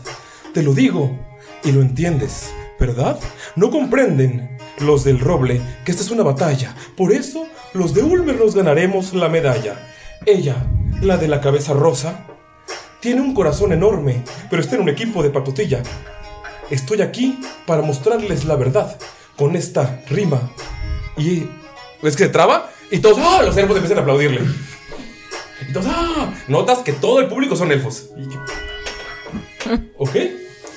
Te lo digo y lo entiendes, ¿verdad? No comprenden los del roble que esta es una batalla. Por eso los de Ulmer nos ganaremos la medalla. Ella, la de la cabeza rosa, tiene un corazón enorme, pero está en un equipo de pacotilla. Estoy aquí para mostrarles la verdad con esta rima. Y ves que se traba y todos ¡ah! los elfos empiezan a aplaudirle. Y todos ¡ah! Notas que todo el público son elfos. Y que- Ok,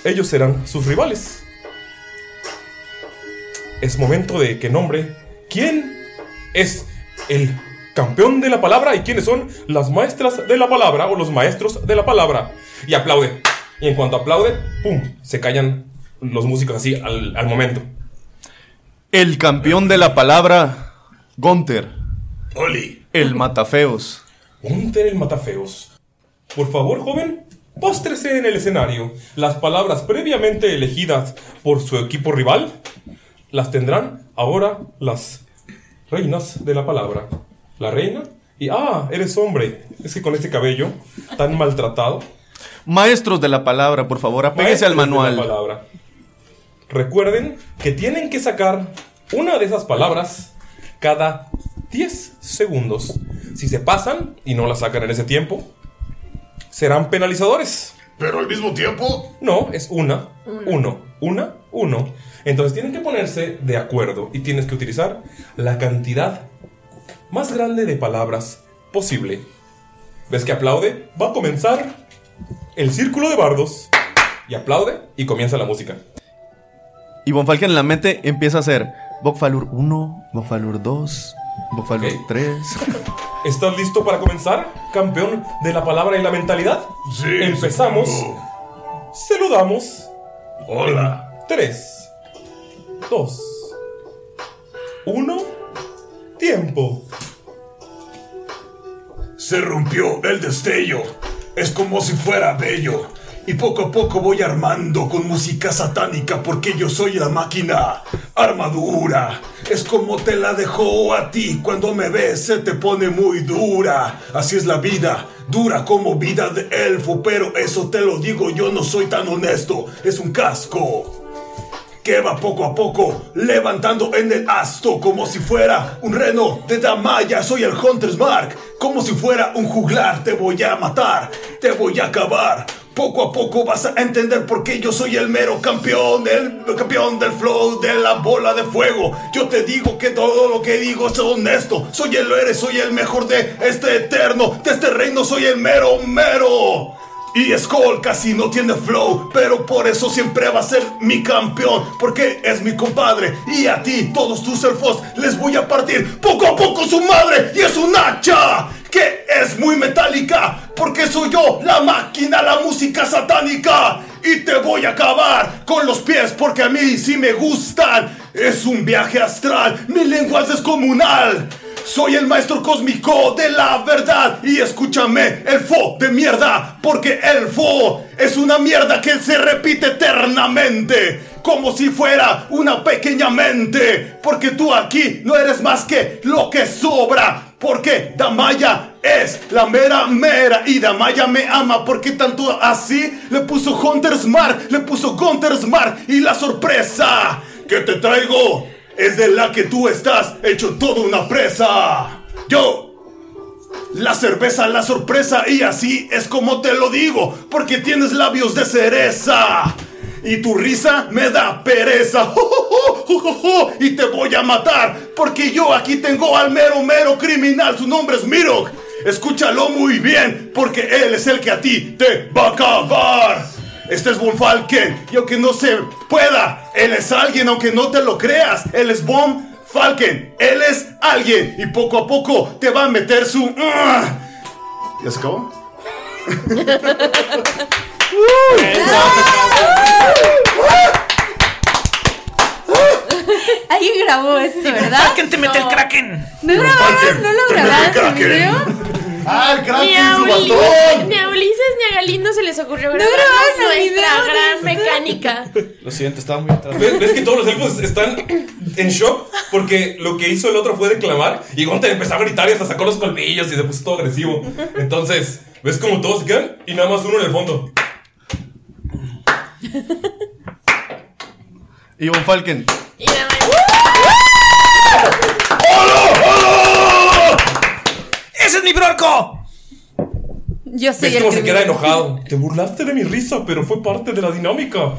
ellos serán sus rivales. Es momento de que nombre quién es el campeón de la palabra y quiénes son las maestras de la palabra o los maestros de la palabra. Y aplaude. Y en cuanto aplaude, ¡pum! Se callan los músicos así al, al momento.
El campeón de la palabra, Gunther,
Oli.
el matafeos.
Gunther el Matafeos. Por favor, joven, póstrese en el escenario. Las palabras previamente elegidas por su equipo rival las tendrán ahora las reinas de la palabra. La reina y ah, eres hombre. Es que con este cabello tan maltratado.
Maestros de la palabra, por favor, apéguense al
Maestros de la
manual.
palabra. Recuerden que tienen que sacar una de esas palabras cada 10 segundos. Si se pasan y no la sacan en ese tiempo, serán penalizadores.
Pero al mismo tiempo.
No, es una, uno, una, uno. Entonces tienen que ponerse de acuerdo y tienes que utilizar la cantidad más grande de palabras posible. ¿Ves que aplaude? Va a comenzar el círculo de bardos. Y aplaude y comienza la música.
Y Von Falken en la mente empieza a hacer Bokfalur 1, Bokfalur 2, Bokfalur
Ok.
3.
¿Estás listo para comenzar, campeón de la palabra y la mentalidad?
Sí.
Empezamos.
supongo.
Saludamos.
Hola.
3, 2, 1, tiempo.
Se rompió el destello. Es como si fuera bello. Y poco a poco voy armando con música satánica porque yo soy la máquina. Armadura. Es como te la dejó a ti. Cuando me ves se te pone muy dura. Así es la vida. Dura como vida de elfo. Pero eso te lo digo, yo no soy tan honesto. Es un casco. que va poco a poco levantando en el asto como si fuera un reno de Damaya. Soy el Hunter's Mark, como si fuera un juglar. Te voy a matar, te voy a acabar. Poco a poco vas a entender por qué yo soy el mero campeón, el campeón del flow, de la bola de fuego. Yo te digo que todo lo que digo es honesto. Soy el eres, soy el mejor de este eterno, de este reino, soy el mero, mero. Y Skull casi no tiene flow, pero por eso siempre va a ser mi campeón, porque es mi compadre. Y a ti, todos tus elfos, les voy a partir poco a poco su madre, y es un hacha que es muy metálica, porque soy yo la máquina, la música satánica. Y te voy a acabar con los pies, porque a mí sí me gustan. Es un viaje astral, mi lengua es descomunal. Soy el maestro cósmico de la verdad y escúchame, el fo de mierda, porque el fo es una mierda que se repite eternamente, como si fuera una pequeña mente, porque tú aquí no eres más que lo que sobra, porque Damaya es la mera mera y Damaya me ama porque tanto así le puso Hunter Smart, le puso Hunter Smart y la sorpresa que te traigo es de la que tú estás hecho toda una presa. Yo. La cerveza, la sorpresa y así es como te lo digo, porque tienes labios de cereza. Y tu risa me da pereza. Ju, ju, ju, ju, ju, Y te voy a matar, porque yo aquí tengo al mero mero criminal, su nombre es Mirok. Escúchalo muy bien, porque él es el que a ti te va a acabar. Este es Von Falken. Y aunque no se pueda, él es alguien, aunque no te lo creas. Él es Von Falken. Él es alguien. Y poco a poco te va a meter su. uh, ¿Ya se acabó?
Ahí grabó esto, ¿verdad?
¡Kraken te mete el Kraken!
¿No grabamos? ¿No lo grabaron?
¡Ah, el
Ni
Kraken,
a,
su
Ulises,
bastón!
ni a Ulises ni a Galindo se les ocurrió grabar
grabaron el
nuestra
video de
gran mecánica.
Lo siguiente, estaba muy atrás.
¿Ves, ves que todos los elfos están en shock? Porque lo que hizo el otro fue declamar y Gonten empezó a gritar y hasta sacó los colmillos y se puso todo agresivo. Entonces, ¿ves como todos se quedan? Y nada más uno en el fondo.
Y Von Falken.
Y nada más.
¡Ese es mi bronco!
Yo soy
¿Ves
el
cómo se queda
criminal.
enojado? Te burlaste de mi risa, pero fue parte de la dinámica.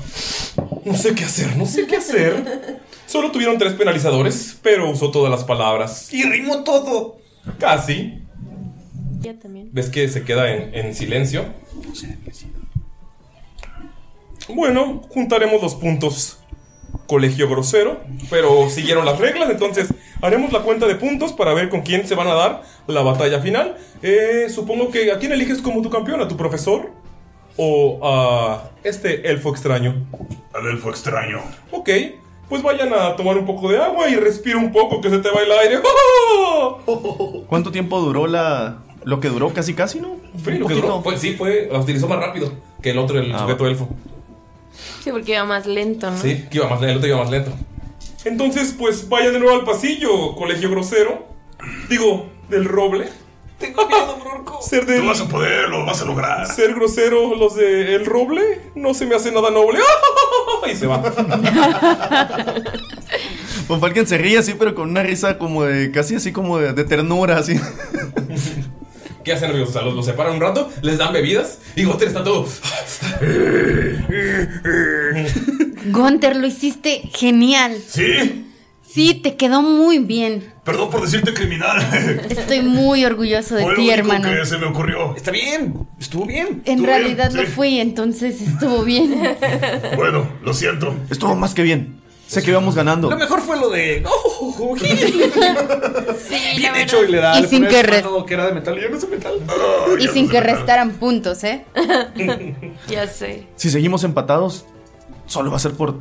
No sé qué hacer, no sé qué hacer. Solo tuvieron tres penalizadores, pero usó todas las palabras.
Y rimó todo.
Casi.
Ya también.
¿Ves que se queda en, en silencio? Bueno, juntaremos los puntos. Colegio grosero, pero siguieron las reglas, entonces haremos la cuenta de puntos para ver con quién se van a dar la batalla final. Eh, supongo que a quién eliges como tu campeón, a tu profesor o a este elfo extraño.
Al elfo extraño.
Ok, pues vayan a tomar un poco de agua y respira un poco que se te va el aire.
¿Cuánto tiempo duró la. Lo que duró casi casi, ¿no?
Fue
Un
lo que
poquito.
duró, fue- sí, fue, la utilizó más rápido que el otro, el
Ah,
sujeto elfo.
Sí, porque iba más lento, ¿no?
Sí, que iba más lento, el otro iba más lento. Entonces, pues vayan de nuevo al pasillo, colegio grosero. Digo, del roble.
Tengo miedo, bronco.
Ser
Tú
del.
vas a poder, lo vas a lograr.
Ser grosero, los de el roble, no se me hace nada noble. Y se va.
Von Falken se ríe así, pero con una risa como de. casi así como de, de ternura, así.
¿Qué hacen amigos? O sea, los, los separan un rato, les dan bebidas y Gotter está todo.
Gunter, lo hiciste genial.
Sí,
Sí, te quedó muy bien.
perdón por decirte criminal.
Estoy muy orgulloso de
Fue lo
ti,
único
hermano.
que se me ocurrió.
Está bien. Estuvo bien.
En
Estuvo
realidad
bien,
lo
sí.
fui, entonces estuvo bien.
Bueno, lo siento.
Estuvo más que bien. Sé que íbamos ganando.
Lo mejor fue lo de. ¡Oh! bien hecho.
Y le da
Y
le
sin
pone
que
esta
res-
mano que era de metal. y Ya no es de metal.
Y sin que restaran puntos, ¿eh?
Ya sé.
Si seguimos empatados, solo va a ser por.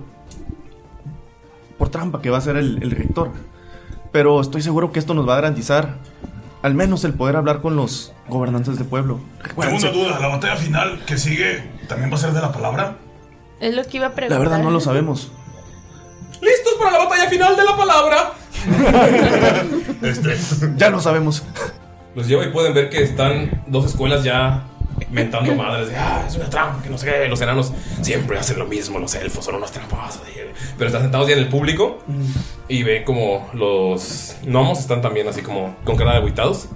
por trampa que va a ser el, el rector. Pero estoy seguro que esto nos va a garantizar al menos el poder hablar con los gobernantes de pueblo.
Tengo
Recuérdense,
una duda, la batalla final que sigue también va a ser de la palabra.
Es lo que iba a
la
preguntar.
verdad no lo sabemos.
¡Listos para la batalla final de la palabra!
Este.
Este, Ya lo sabemos.
Los lleva y pueden ver que están dos escuelas ya mentando madres de, ah, es una trampa, que no sé qué, los enanos siempre hacen lo mismo, los elfos son unas trampas. Pero están sentados ya en el público y ven como los gnomos están también así como con cara de aguitados.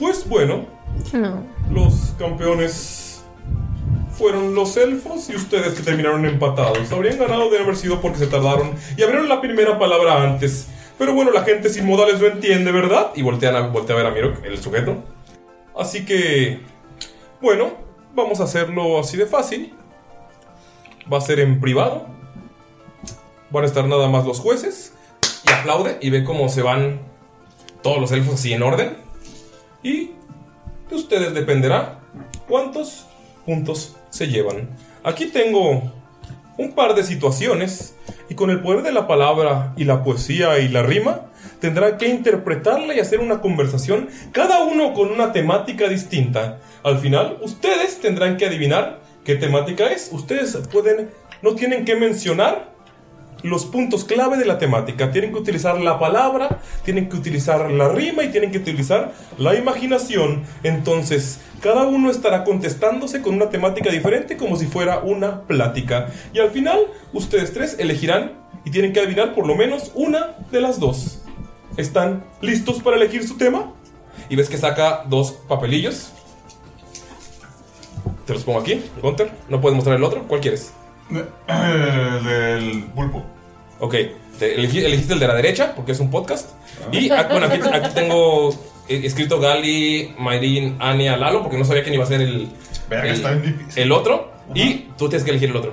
Pues bueno,
No.
los campeones fueron los elfos y ustedes que terminaron empatados. Habrían ganado de haber sido porque se tardaron y abrieron la primera palabra antes. Pero bueno, la gente sin modales lo entiende, ¿verdad? Y voltean a, voltea a ver a Mirok, el sujeto. Así que, bueno, vamos a hacerlo así de fácil. Va a ser en privado. Van a estar nada más los jueces. Y aplaude y ve cómo se van todos los elfos así en orden. Y de ustedes dependerá cuántos puntos se llevan. Aquí tengo un par de situaciones y con el poder de la palabra y la poesía y la rima tendrá que interpretarla y hacer una conversación, cada uno con una temática distinta. Al final, ustedes tendrán que adivinar qué temática es. Ustedes pueden, no tienen que mencionar los puntos clave de la temática. Tienen que utilizar la palabra, tienen que utilizar la rima y tienen que utilizar la imaginación. Entonces, cada uno estará contestándose con una temática diferente como si fuera una plática. Y al final, ustedes tres elegirán y tienen que adivinar por lo menos una de las dos. ¿Están listos para elegir su tema? Y ves que saca dos papelillos. Te los pongo aquí, Gunter. No puedes mostrar el otro. ¿Cuál quieres? Eh, El del pulpo. Ok, te elegí- elegiste el de la derecha porque es un podcast. Y ah, bueno, aquí, aquí tengo eh, escrito Gali, Mayrin, Ania, Lalo, porque no sabía quién iba a ser el,
Verga,
el,
está bien
el otro. Y tú tienes que elegir el otro.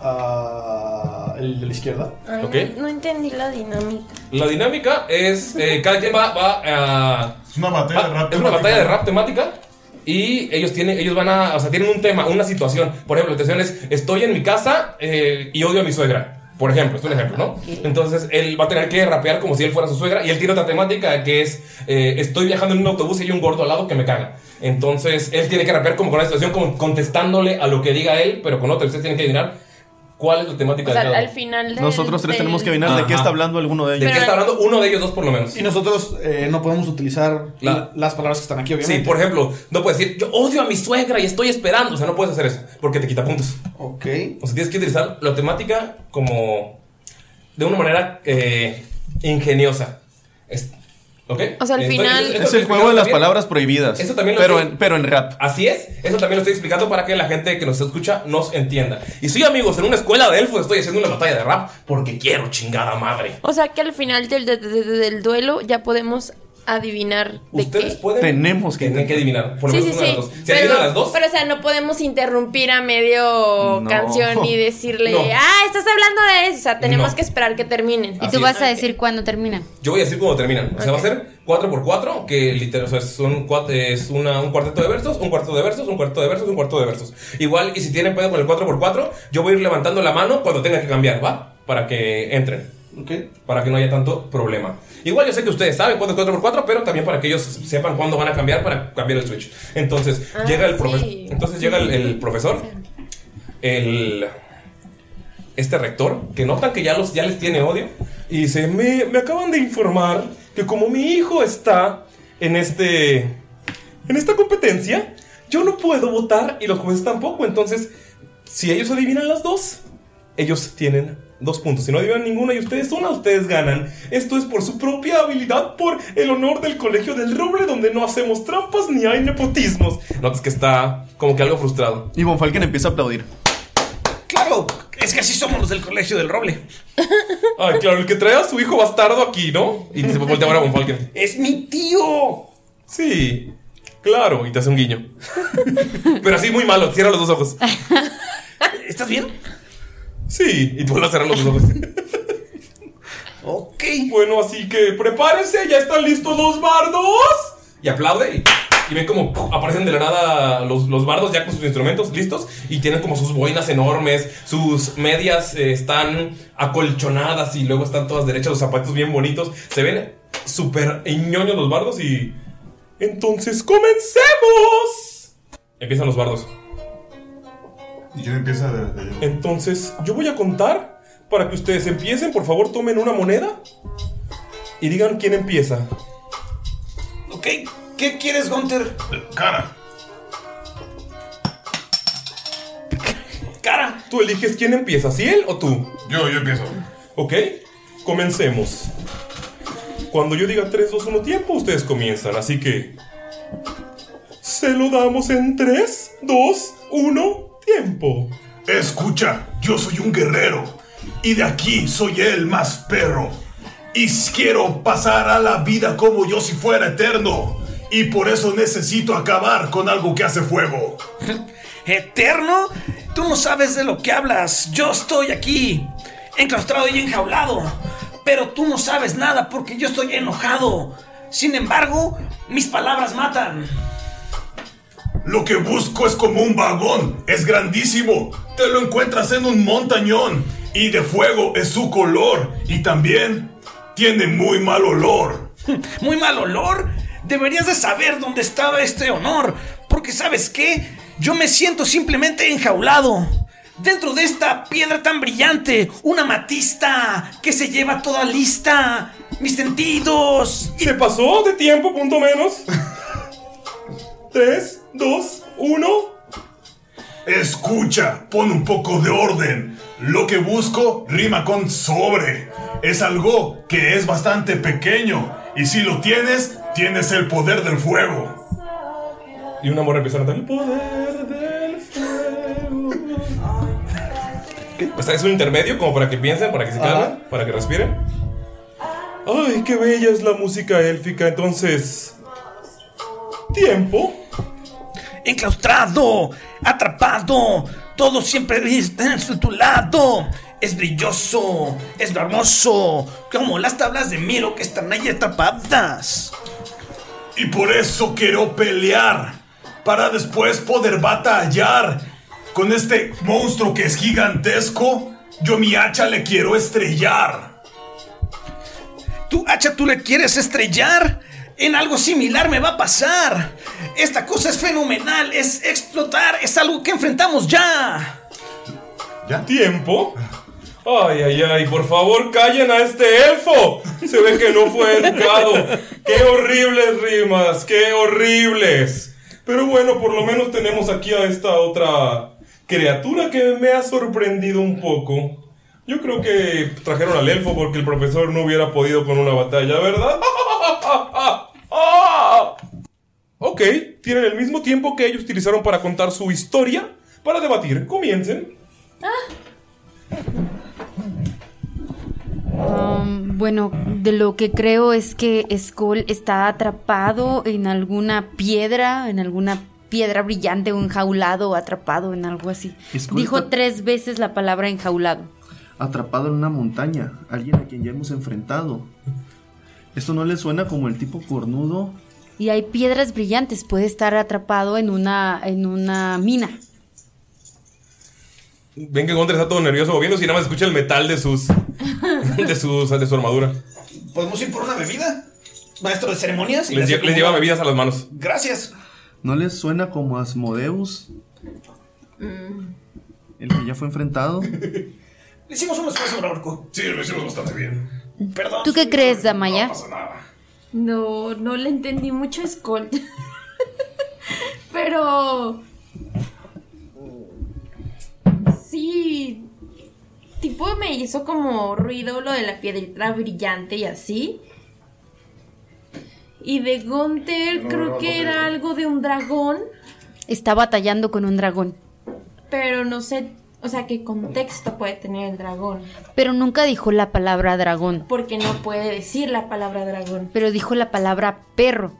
Ah, ¿El de la izquierda?
Ay,
Ok.
no, no entendí la dinámica.
La dinámica es. eh, cada quien va. va a- es una batalla de rap. Es una batalla de rap temática. Y ellos tienen, ellos van a. O sea, tienen un tema, una situación. Por ejemplo, la situación es: estoy en mi casa eh, y odio a mi suegra. Por ejemplo, es un ejemplo, ¿no? Entonces él va a tener que rapear como si él fuera su suegra. Y él tiene otra temática que es: eh, estoy viajando en un autobús y hay un gordo al lado que me caga. Entonces él tiene que rapear como con la situación, como contestándole a lo que diga él, pero con otro. Ustedes tienen que adivinar cuál es la temática
O sea,
de cada
al
uno.
final del-
Nosotros tres
del-
tenemos que adivinar de qué
Ajá.
está hablando alguno de
¿De
ellos.
qué está hablando uno de ellos dos por lo menos?
Y nosotros eh, no podemos utilizar
La-
las palabras que están aquí, obviamente.
Sí, por ejemplo, no puedes decir, yo odio a mi suegra y estoy esperando. O sea, no puedes hacer eso, porque te quita puntos.
Ok.
O sea, tienes que utilizar la temática como de una manera eh, ingeniosa. Es- ¿Ok?
O sea, al
Estoy-
final-
esto-
Es
esto
el
estoy
juego de las
explicando
palabras prohibidas.
Eso también lo
pero,
estoy-
en, pero en rap.
Así es, eso también lo estoy explicando para que la gente que nos escucha nos entienda. Y sí, amigos, en una escuela de elfos estoy haciendo una batalla de rap porque quiero chingada madre.
O sea que al final del, de- de- de- del duelo ya podemos adivinar de
Ustedes
qué.
pueden. Tenemos que, tienen que adivinar. Por lo
Sí, sí,
menos una de las
sí.
dos. Si adivinan las
Pero,
dos,
pero, o sea, no podemos interrumpir a medio
No.
canción y decirle,
No.
ah, estás hablando de eso. O sea, tenemos
No.
que esperar que terminen.
Así tú vas es. a
decir
cuándo termina.
Yo voy a decir cómo terminan. O sea, va a ser 4x4, que literal, o sea, son cua- es una- un cuarteto de versos, un cuarto de versos, un cuarto de versos, un cuarto de versos. Igual, y si tienen pedo con el 4x4, yo voy a ir levantando la mano cuando tenga que cambiar, ¿va? Para que entren. Para que no haya tanto problema. Igual yo sé que ustedes saben cuándo es 4x4, pero también para que ellos sepan cuándo van a cambiar para cambiar el switch. Entonces,
Ah,
llega el profesor.
sí.
Entonces llega el- el profesor. El este rector, que notan que ya, los, ya les tiene odio, y dice, me, me acaban de informar que como mi hijo está en este... en esta competencia, yo no puedo votar y los jueces tampoco, entonces, si ellos adivinan las dos, ellos tienen dos puntos. Si no adivinan ninguna y ustedes una, ustedes ganan. Esto es por su propia habilidad, por el honor del colegio del roble, donde no hacemos trampas ni hay nepotismos. Notas que está como que algo frustrado.
Y Von Falken empieza a aplaudir.
Claro, es que así somos los del colegio del roble. Ah, claro, el que trae a su hijo bastardo aquí, ¿no? Y se voltea ahora con Falken.
¡Es mi tío!
Sí, claro, y te hace un guiño. Pero así muy malo, cierra los dos ojos.
¿Estás bien?
Sí, y tú vuelves a cerrar los dos ojos. ok. Bueno, así que prepárense, ya están listos los bardos. Y aplaude y, y ven como ¡puf! aparecen de la nada los, los bardos ya con sus instrumentos listos y tienen como sus boinas enormes, sus medias eh, están acolchonadas y luego están todas derechas, los zapatos bien bonitos. Se ven súper ñoños los bardos y... Entonces comencemos. Empiezan los bardos.
¿Y quién empieza de, de-
Entonces, yo voy a contar para que ustedes empiecen. Por favor, tomen una moneda y digan quién empieza.
Ok, ¿qué quieres, Gunter?
Cara.
Tú eliges quién empieza, si él o tú.
Yo, yo empiezo.
Ok, comencemos. Cuando yo diga 3, 2, 1 tiempo, ustedes comienzan, así que. Se lo damos en 3, 2, 1 tiempo.
Escucha, yo soy un guerrero y de aquí soy el más perro. Y quiero pasar a la vida como yo si fuera eterno. Y por eso necesito acabar con algo que hace fuego.
¿Eterno? Tú no sabes de lo que hablas. Yo estoy aquí, enclaustrado y enjaulado. Pero tú no sabes nada porque yo estoy enojado. Sin embargo, mis palabras matan.
Lo que busco es como un vagón. Es grandísimo. Te lo encuentras en un montañón. Y de fuego es su color. Y también tiene muy mal olor.
¿Muy mal olor? Deberías de saber dónde estaba este honor. Porque sabes qué? Yo me siento simplemente enjaulado. Dentro de esta piedra tan brillante, una matista que se lleva toda lista. Mis sentidos.
¿Se pasó de tiempo, punto menos? 3, 2, 1.
Escucha, pon un poco de orden. Lo que busco rima con sobre. Es algo que es bastante pequeño. Y si lo tienes, tienes el poder del fuego.
Y una morra empieza a cantar.
Poder del fuego.
O sea, es un intermedio como para que piensen, para que se calmen, para que respiren. Ay, qué bella es la música élfica. Entonces, tiempo.
Enclaustrado, atrapado, todo siempre está a tu lado. Es brilloso, es hermoso, como las tablas de Miro que están ahí atrapadas.
Y por eso quiero pelear. Para después poder batallar. Con este monstruo que es gigantesco, yo mi hacha le quiero estrellar.
¿Tu hacha tú le quieres estrellar? En algo similar me va a pasar. Esta cosa es fenomenal, es explotar, es algo que enfrentamos ya.
¿Ya? ¿Tiempo? Ay, ay, ay, por favor callen a este elfo. Se ve que no fue educado. Qué horribles rimas, qué horribles. Pero bueno, por lo menos tenemos aquí a esta otra criatura que me ha sorprendido un poco. Yo creo que trajeron al elfo porque el profesor no hubiera podido con una batalla, ¿verdad? Ok, tienen el mismo tiempo que ellos utilizaron para contar su historia para debatir. Comiencen.
Um, bueno, de lo que creo es que Skull está atrapado en alguna piedra, en alguna piedra brillante o enjaulado o atrapado en algo así.
Skull
Dijo
está-
tres veces la palabra enjaulado.
Atrapado en una montaña, alguien a quien ya hemos enfrentado. ¿Esto no le suena como el tipo cornudo?
Y hay piedras brillantes, puede estar atrapado en una, en una mina.
Ven que Gondra está todo nervioso moviéndose y nada más escucha el metal de sus. de, sus de su armadura.
¿Podemos ir por una bebida? Maestro de ceremonias. Y
Les,
le
lle-
hace
les
como-
lleva bebidas a las manos.
Gracias.
¿No les suena como Asmodeus, el que ya fue enfrentado?
Mm. Le hicimos un esfuerzo, Pues Orco.
Sí, lo hicimos bastante bien.
Perdón.
¿Tú qué crees, Damaya?
No, no le entendí mucho a Skull. Pero. Sí. Tipo me hizo como ruido lo de la piedrita brillante y así. Y de Gunther
No,
creo
no,
que
Gunther,
era
no.
algo de un dragón,
Está batallando con un dragón.
pero no sé, o sea, qué contexto puede tener el dragón.
Pero nunca dijo la palabra dragón.
Porque no puede decir la palabra dragón.
Pero dijo la palabra perro.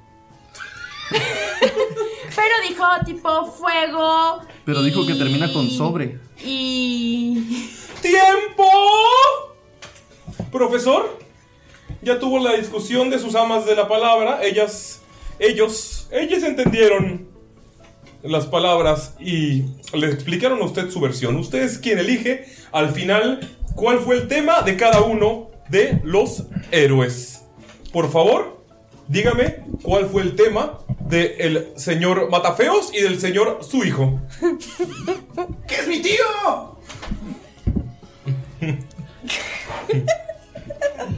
Pero dijo tipo fuego
Pero dijo que termina con sobre.
y...
¡Tiempo! Profesor, ya tuvo la discusión de sus amas de la palabra. Ellas, ellos, ellas entendieron las palabras y le explicaron a usted su versión. Usted es quien elige al final cuál fue el tema de cada uno de los héroes. Por favor, dígame cuál fue el tema del señor Matafeos y del señor su hijo.
¡Que es mi tío!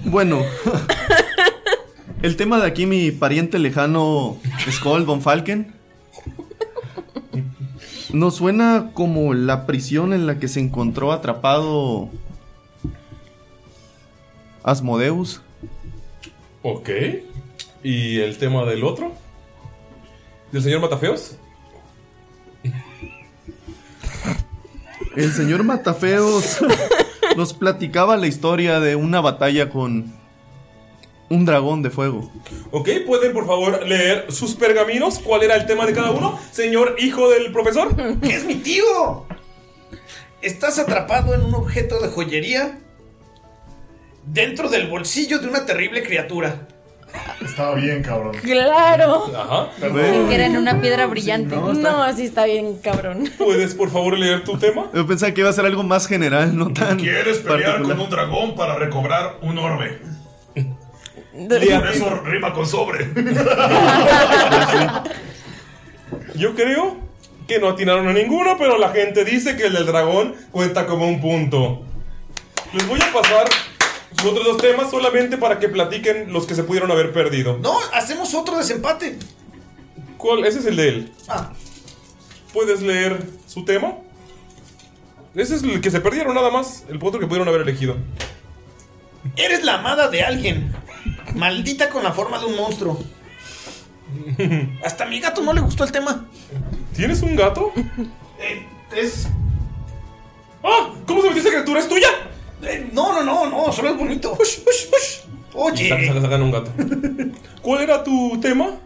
Bueno, el tema de aquí, mi pariente lejano Skull von Falken. Nos suena como la prisión en la que se encontró atrapado Asmodeus.
Ok. ¿Y el tema del otro? ¿Del señor Matafeos?
El señor Matafeos nos platicaba la historia de una batalla con un dragón de fuego.
Ok, ¿pueden por favor leer sus pergaminos? ¿Cuál era el tema de cada uno? Señor hijo del profesor.
¡Es mi tío! Estás atrapado en un objeto de joyería dentro del bolsillo de una terrible criatura.
Estaba bien, cabrón.
Claro.
Ajá.
Pensé que era en una piedra brillante. No, así está bien, cabrón.
¿Puedes por favor leer tu tema?
Yo pensaba que iba a ser algo más general, no tan.
¿Quieres pelear
particular.
con un dragón para recobrar un orbe? Y por eso rima con sobre.
Yo creo que no atinaron a ninguno, pero la gente dice que el del dragón cuenta como un punto. Les voy a pasar los otros dos temas solamente para que platiquen los que se pudieron haber perdido.
No, hacemos otro desempate.
¿Cuál? Ese es el de él.
Ah.
¿Puedes leer su tema? Ese es el que se perdieron nada más, el otro que pudieron haber elegido.
Eres la amada de alguien. Maldita con la forma de un monstruo. Hasta a mi gato no le gustó el tema.
¿Tienes un gato?
Eh, Es.
¡Ah! ¿Cómo se metió esa criatura? ¿Es tuya?
Eh, no, no, no, no, solo es bonito. Ush, ush, ush.
Y saca-
Oye.
saca- sacan un gato. ¿Cuál era tu tema?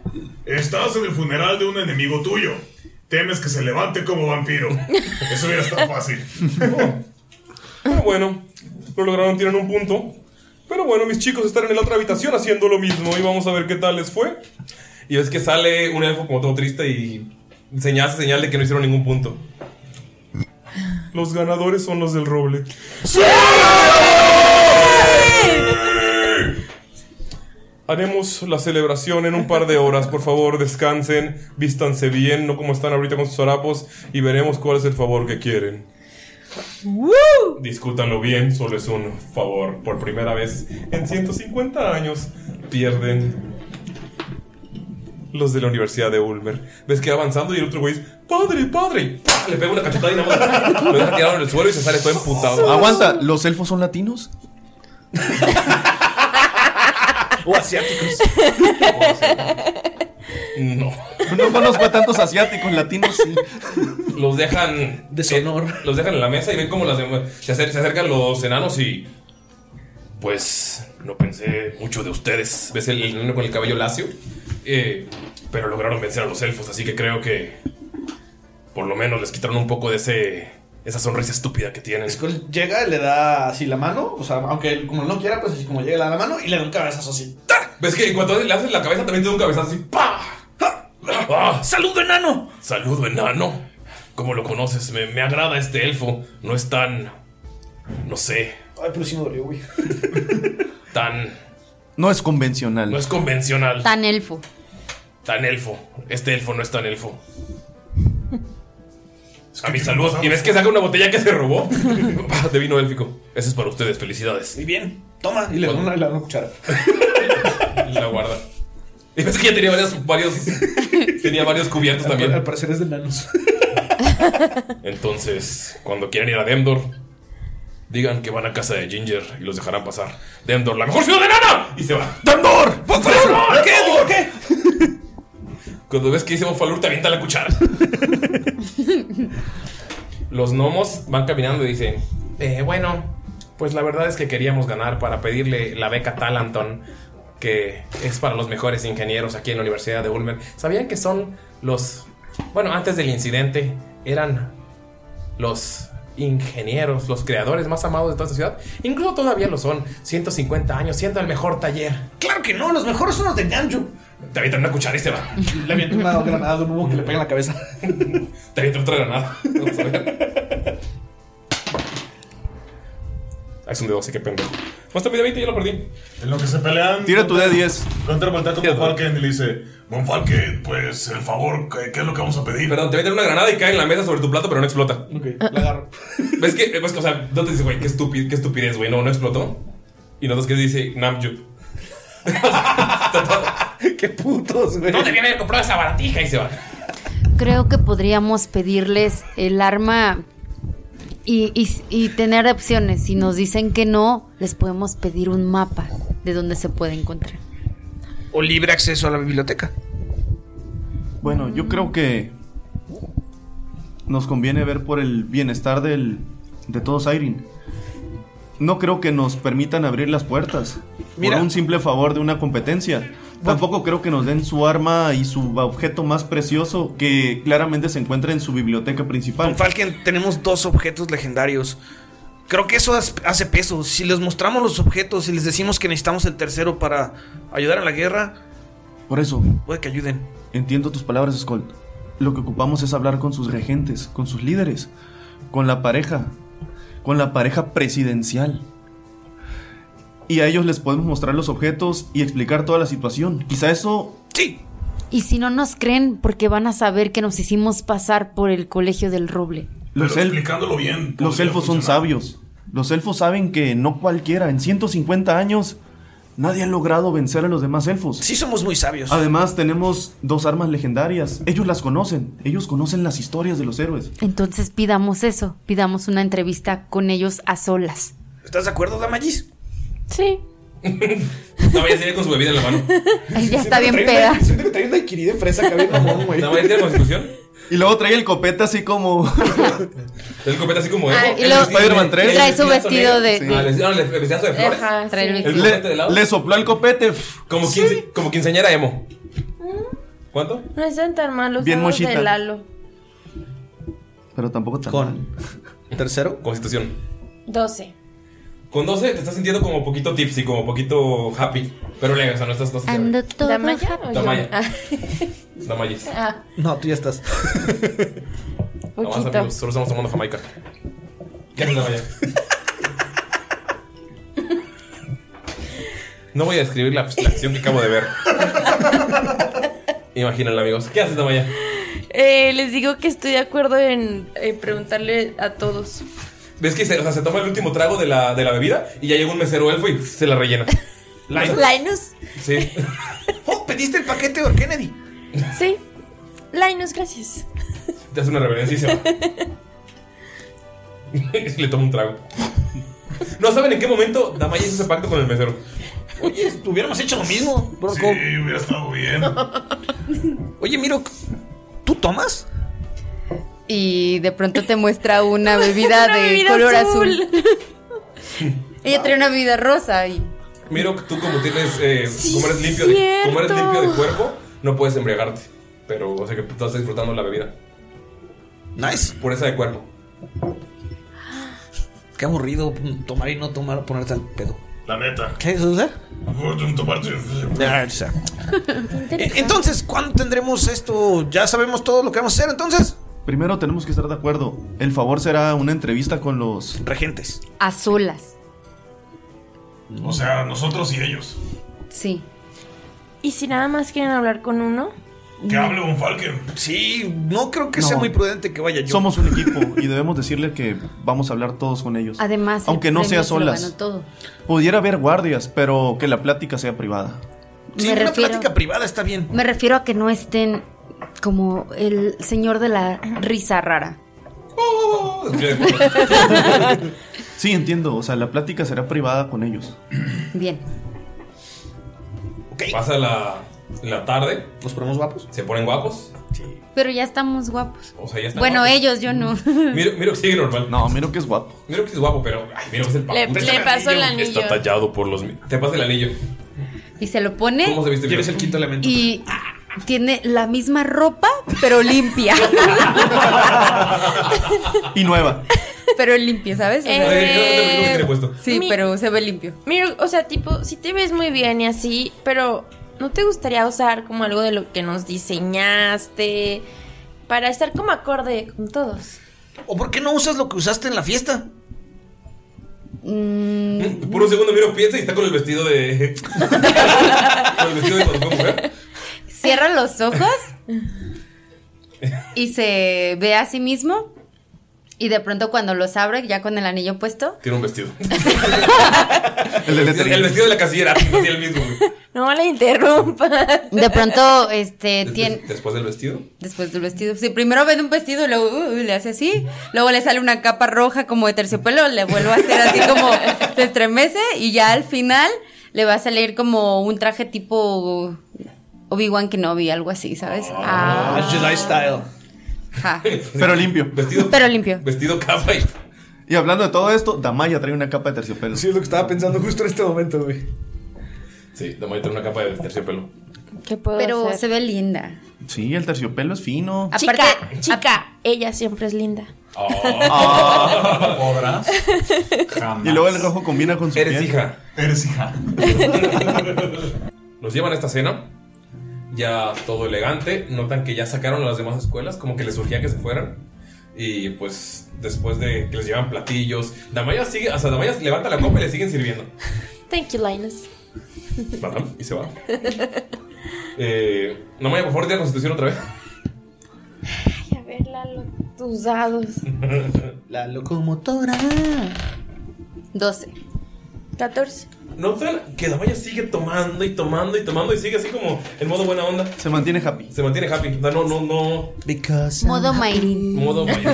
Estás en el funeral de un enemigo tuyo. Temes que se levante como vampiro. Eso hubiera estado fácil.
Pero bueno, lo lograron, tienen un punto. Pero bueno, mis chicos están en la otra habitación haciendo lo mismo y vamos a ver qué tal les fue. Y ves que sale un elfo como todo triste y señal, hace señal de que no hicieron ningún punto. Los ganadores son los del roble. Haremos la celebración en un par de horas. Por favor, descansen, vístanse bien, no como están ahorita con sus harapos, y veremos cuál es el favor que quieren. Discútanlo bien, solo es un favor. Por primera vez en 150 años pierden los de la Universidad de Ulmer. Ves que va avanzando y el otro güey es, padre, padre. ¡Pah! Le pega una cachetada y nada más lo deja tirado en el suelo y se sale todo emputado.
Aguanta, ¿los elfos son latinos?
o asiáticos.
No.
No conozco a tantos asiáticos, latinos sí.
Los dejan. Deshonor. los dejan en la mesa y ven como las dem- se, acer- se acercan los enanos y. Pues no pensé mucho de ustedes. ¿Ves el el enano con el cabello lacio? Eh, pero lograron vencer a los elfos, así que creo que. Por lo menos les quitaron un poco de ese. Esa sonrisa estúpida que tienen.
Skull llega y le da así la mano. O sea, aunque él como no quiera, pues así como llega le da la mano y le da un cabezazo así.
¿Ves que en cuanto le haces la cabeza también te da un cabezazo así? ¡Pah! ¡Ah!
¡Saludo, enano!
Saludo, enano. ¿Cómo lo conoces? Me, me agrada este elfo. No es tan. No sé.
Ay, pero sí me dolió, güey.
Tan.
No es convencional.
No es convencional.
Tan elfo.
Tan elfo. Este elfo no es tan elfo. A mis saludos. ¿Y ves que saca una botella que se robó? De vino élfico. Ese es para ustedes. Felicidades.
Muy bien. Toma. Y le da una, le da una cuchara.
La guarda. Y ves que ya tenía varios. varios tenía varios cubiertos también.
Al parecer es de enanos.
Entonces, cuando quieran ir a Demdor, digan que van a casa de Ginger y los dejarán pasar. Demdor, la mejor ciudad de nada. Y se va. ¡Demdor! ¡Por favor! ¿Qué? ¿Digo qué? Cuando ves que dice Falur, te avienta la cuchara. los gnomos van caminando y dicen: "Eh, Bueno, pues la verdad es que queríamos ganar para pedirle la beca Talanton, que es para los mejores ingenieros aquí en la Universidad de Ulmer. ¿Sabían que son los. Bueno, antes del incidente, eran los ingenieros, los creadores más amados de toda esta ciudad. Incluso todavía lo son, 150 años, siendo el mejor taller.
Claro que no, los mejores son los de Ganju.
Te avientan una cuchara y se va.
Le avienta una granada de un humo que le pega en la cabeza.
Te avientan otra granada. Vamos a ver. Ah, es un dedo, así que pendejo. Muéstrame de 20, ya lo perdí.
En lo que se pelean.
Tira tu D10.
Contra Montaco con Falken y le dice: Von Falken, pues el favor, ¿qué, qué es lo que vamos a pedir?
Perdón, te meten una granada y cae en la mesa sobre tu plato, pero no explota.
Ok, la agarro.
¿Ves que, ves que, o sea, no te dice, güey, qué, estúpido, qué estupidez, güey, no, no explotó? Y notas que dice Namju.
Qué putos, güey.
No debían haber comprado esa baratija y se va.
creo que podríamos pedirles el arma y, y- y tener opciones. Si nos dicen que no, les podemos pedir un mapa de dónde se puede encontrar.
O libre acceso a la biblioteca.
Bueno, yo creo que nos conviene ver por el bienestar del, de todos Irene. No creo que nos permitan abrir las puertas
Mira.
por un simple favor de una competencia. Tampoco creo que nos den su arma y su objeto más precioso que claramente se encuentra en su biblioteca principal.
Con Falken tenemos dos objetos legendarios. Creo que eso has- hace peso. Si les mostramos los objetos y les decimos que necesitamos el tercero para ayudar en la guerra,
Por eso,
puede que ayuden.
Entiendo tus palabras, Skull. Lo que ocupamos es hablar con sus regentes, con sus líderes, con la pareja, con la pareja presidencial. Y a ellos les podemos mostrar los objetos y explicar toda la situación. Quizá eso...
Y si no nos creen, porque van a saber que nos hicimos pasar por el colegio del roble.
Los, el-
Explicándolo bien.
los
podría
elfos son
funcionar.
sabios. Los elfos saben que no cualquiera. En 150 años nadie ha logrado vencer a los demás elfos.
Sí somos muy sabios.
Además tenemos dos armas legendarias. Ellos las conocen. Ellos conocen las historias de los héroes.
Entonces pidamos eso, pidamos una entrevista con ellos a solas.
¿Estás de acuerdo, Damayis?
Sí.
No vaya a salir con su bebida en la mano.
ya está bien peda.
Siento que traía una adquirida de fresa que
No vaya a tirar constitución.
Y luego trae el copete así como.
El copete así como.
Ah,
Evo.
y
El
luego-
Spider-Man tres.
trae su vestido
vestidazo negro.
de-
Ah, el vestido- no, el vestidazo de flores.
Ajá, trae el
El
vestido.
copete de lado.
Le sopló el copete.
Como, quince- como quinceañera emo. ¿Cuánto?
No están tan malos
Bien
los
mochita.
de Lalo.
Pero tampoco tan.
Con. Tercero.
Constitución.
12.
Con 12 te estás sintiendo como poquito tipsy, como poquito happy. Pero leve, o sea, no estás. No estás
Ando todo
¿Damaya? o
happy.
yo?
Damaya.
Ah,
no mayes.
ah,
No, tú ya estás.
No más,
poquito.
amigos, solo estamos tomando Jamaica. Ya no vaya. No voy a describir la, la acción que acabo de ver. Imagínenla, amigos. ¿Qué haces, Damaya?
Eh, les digo que estoy de acuerdo en eh, preguntarle a todos.
¿Ves que se, o sea, se toma el último trago de la, de la bebida y ya llega un mesero elfo y se la rellena? Light.
Linus.
Sí.
Oh, pediste el paquete de Kennedy.
Sí. Linus, gracias.
Te hace una reverencia y se va. Le toma un trago. No saben en qué momento Damaya hizo ese pacto con el mesero.
Oye, hubiéramos hecho lo mismo, Bronco.
Sí, hubiera estado bien.
Oye, Miro, ¿tú tomas?
Y de pronto te muestra una bebida
Una
de
bebida
color azul.
azul.
Ella trae una bebida rosa y
Miro que tú como tienes, eh,
Sí,
como, eres limpio de,
cierto.
como eres limpio de cuerpo, no puedes embriagarte. Pero, o sea que tú estás disfrutando la bebida.
Nice.
Pureza de cuerpo.
Qué aburrido tomar y no tomar, ponerte al pedo.
La neta.
¿Qué es eso?
E-,
Entonces, ¿cuándo tendremos esto? Ya sabemos todo lo que vamos a hacer, entonces.
Primero tenemos que estar de acuerdo. El favor será una entrevista con los.
Regentes.
a solas.
O sea, nosotros y ellos.
Sí.
¿Y si nada más quieren hablar con uno?
Que hable un Falken.
Sí, no creo que sea
No.
muy prudente que vaya yo.
Somos un equipo y debemos decirle que vamos a hablar todos con ellos.
Además, el
Aunque no
premio
sea
se lo
solas.
ganó todo.
Pudiera haber guardias, pero que la plática sea privada.
Sí,
Me
una
refiero-
plática privada está bien.
Me refiero a que no estén como el señor de la risa rara.
Sí, entiendo. O sea, la plática será privada con ellos.
Bien.
Pasa la, la tarde.
¿Nos ponemos guapos?
Se ponen guapos.
Pero ya estamos guapos.
O sea, Oh, ya está.
Bueno, ellos, yo no.
Miro, Miro que sigue normal.
No, Miro que es guapo.
Miro que es guapo, pero. Ay, Miro que es el
Le-
papucho.
le pasó el
Está
anillo.
tallado por los. mi- Te pasa el anillo.
Y se lo pone.
¿Cómo se viste?
Eres el quinto elemento.
Y tiene la misma ropa, pero limpia.
Y nueva.
pero limpio, ¿sabes? O sea, Sí,
Mi-
pero se ve limpio.
Mira, o sea, tipo, si te ves muy bien y así, pero ¿no te gustaría usar como algo de lo que nos diseñaste? Para estar como acorde con todos.
¿O por qué no usas lo que usaste en la fiesta?
Por un segundo Miro piensa y está con el vestido de. con el vestido de cuando fue mujer.
Cierra los ojos y se ve a sí mismo. Y de pronto cuando los abre, ya con el anillo puesto,
Tiene un vestido. el, vestido el vestido de la casillera. Así el mismo, güey.
No la interrumpas.
De pronto, este, tiene...
Después del vestido.
Después del vestido. Sí, primero vende un vestido y luego uh, le hace así. Luego le sale una capa roja como de terciopelo. Le vuelve a hacer así como se estremece. Y ya al final le va a salir como un traje tipo Obi-Wan Kenobi, algo así, ¿sabes? Ah.
Jedi style.
Ja.
Pero limpio.
Vestido,
Pero limpio.
vestido capa y.
Y hablando de todo esto, Damaya trae una capa de terciopelo.
Sí, es lo que estaba pensando justo en este momento, güey.
Sí, Damaya trae una capa de terciopelo.
¿Qué puedo
Pero
hacer?
se ve linda.
Sí, el terciopelo es fino.
Aparte-
chica, chica, ella siempre es linda.
Oh.
Ah.
Podrás.
Y luego el rojo combina con su
Eres
piel.
hija.
Eres hija.
Los llevan a esta cena. Ya todo elegante. Notan que ya sacaron a las demás escuelas. Como que les surgía que se fueran. Y pues después de que les llevan platillos. Damaya sigue. O sea, Damaya levanta la copa y le siguen sirviendo.
Thank you, Linus.
Batam, Y se va. Eh, Damaya, por favor, tira constitución otra vez.
Ay, a ver, Lalo, tus dados.
La locomotora.
12.
14.
Notan que Damaya sigue tomando y tomando y tomando. Y sigue así como en modo buena onda.
Se mantiene happy.
Se mantiene happy. O sea, no, no, no.
Because.
Modo Mayrin.
Modo Mayrin.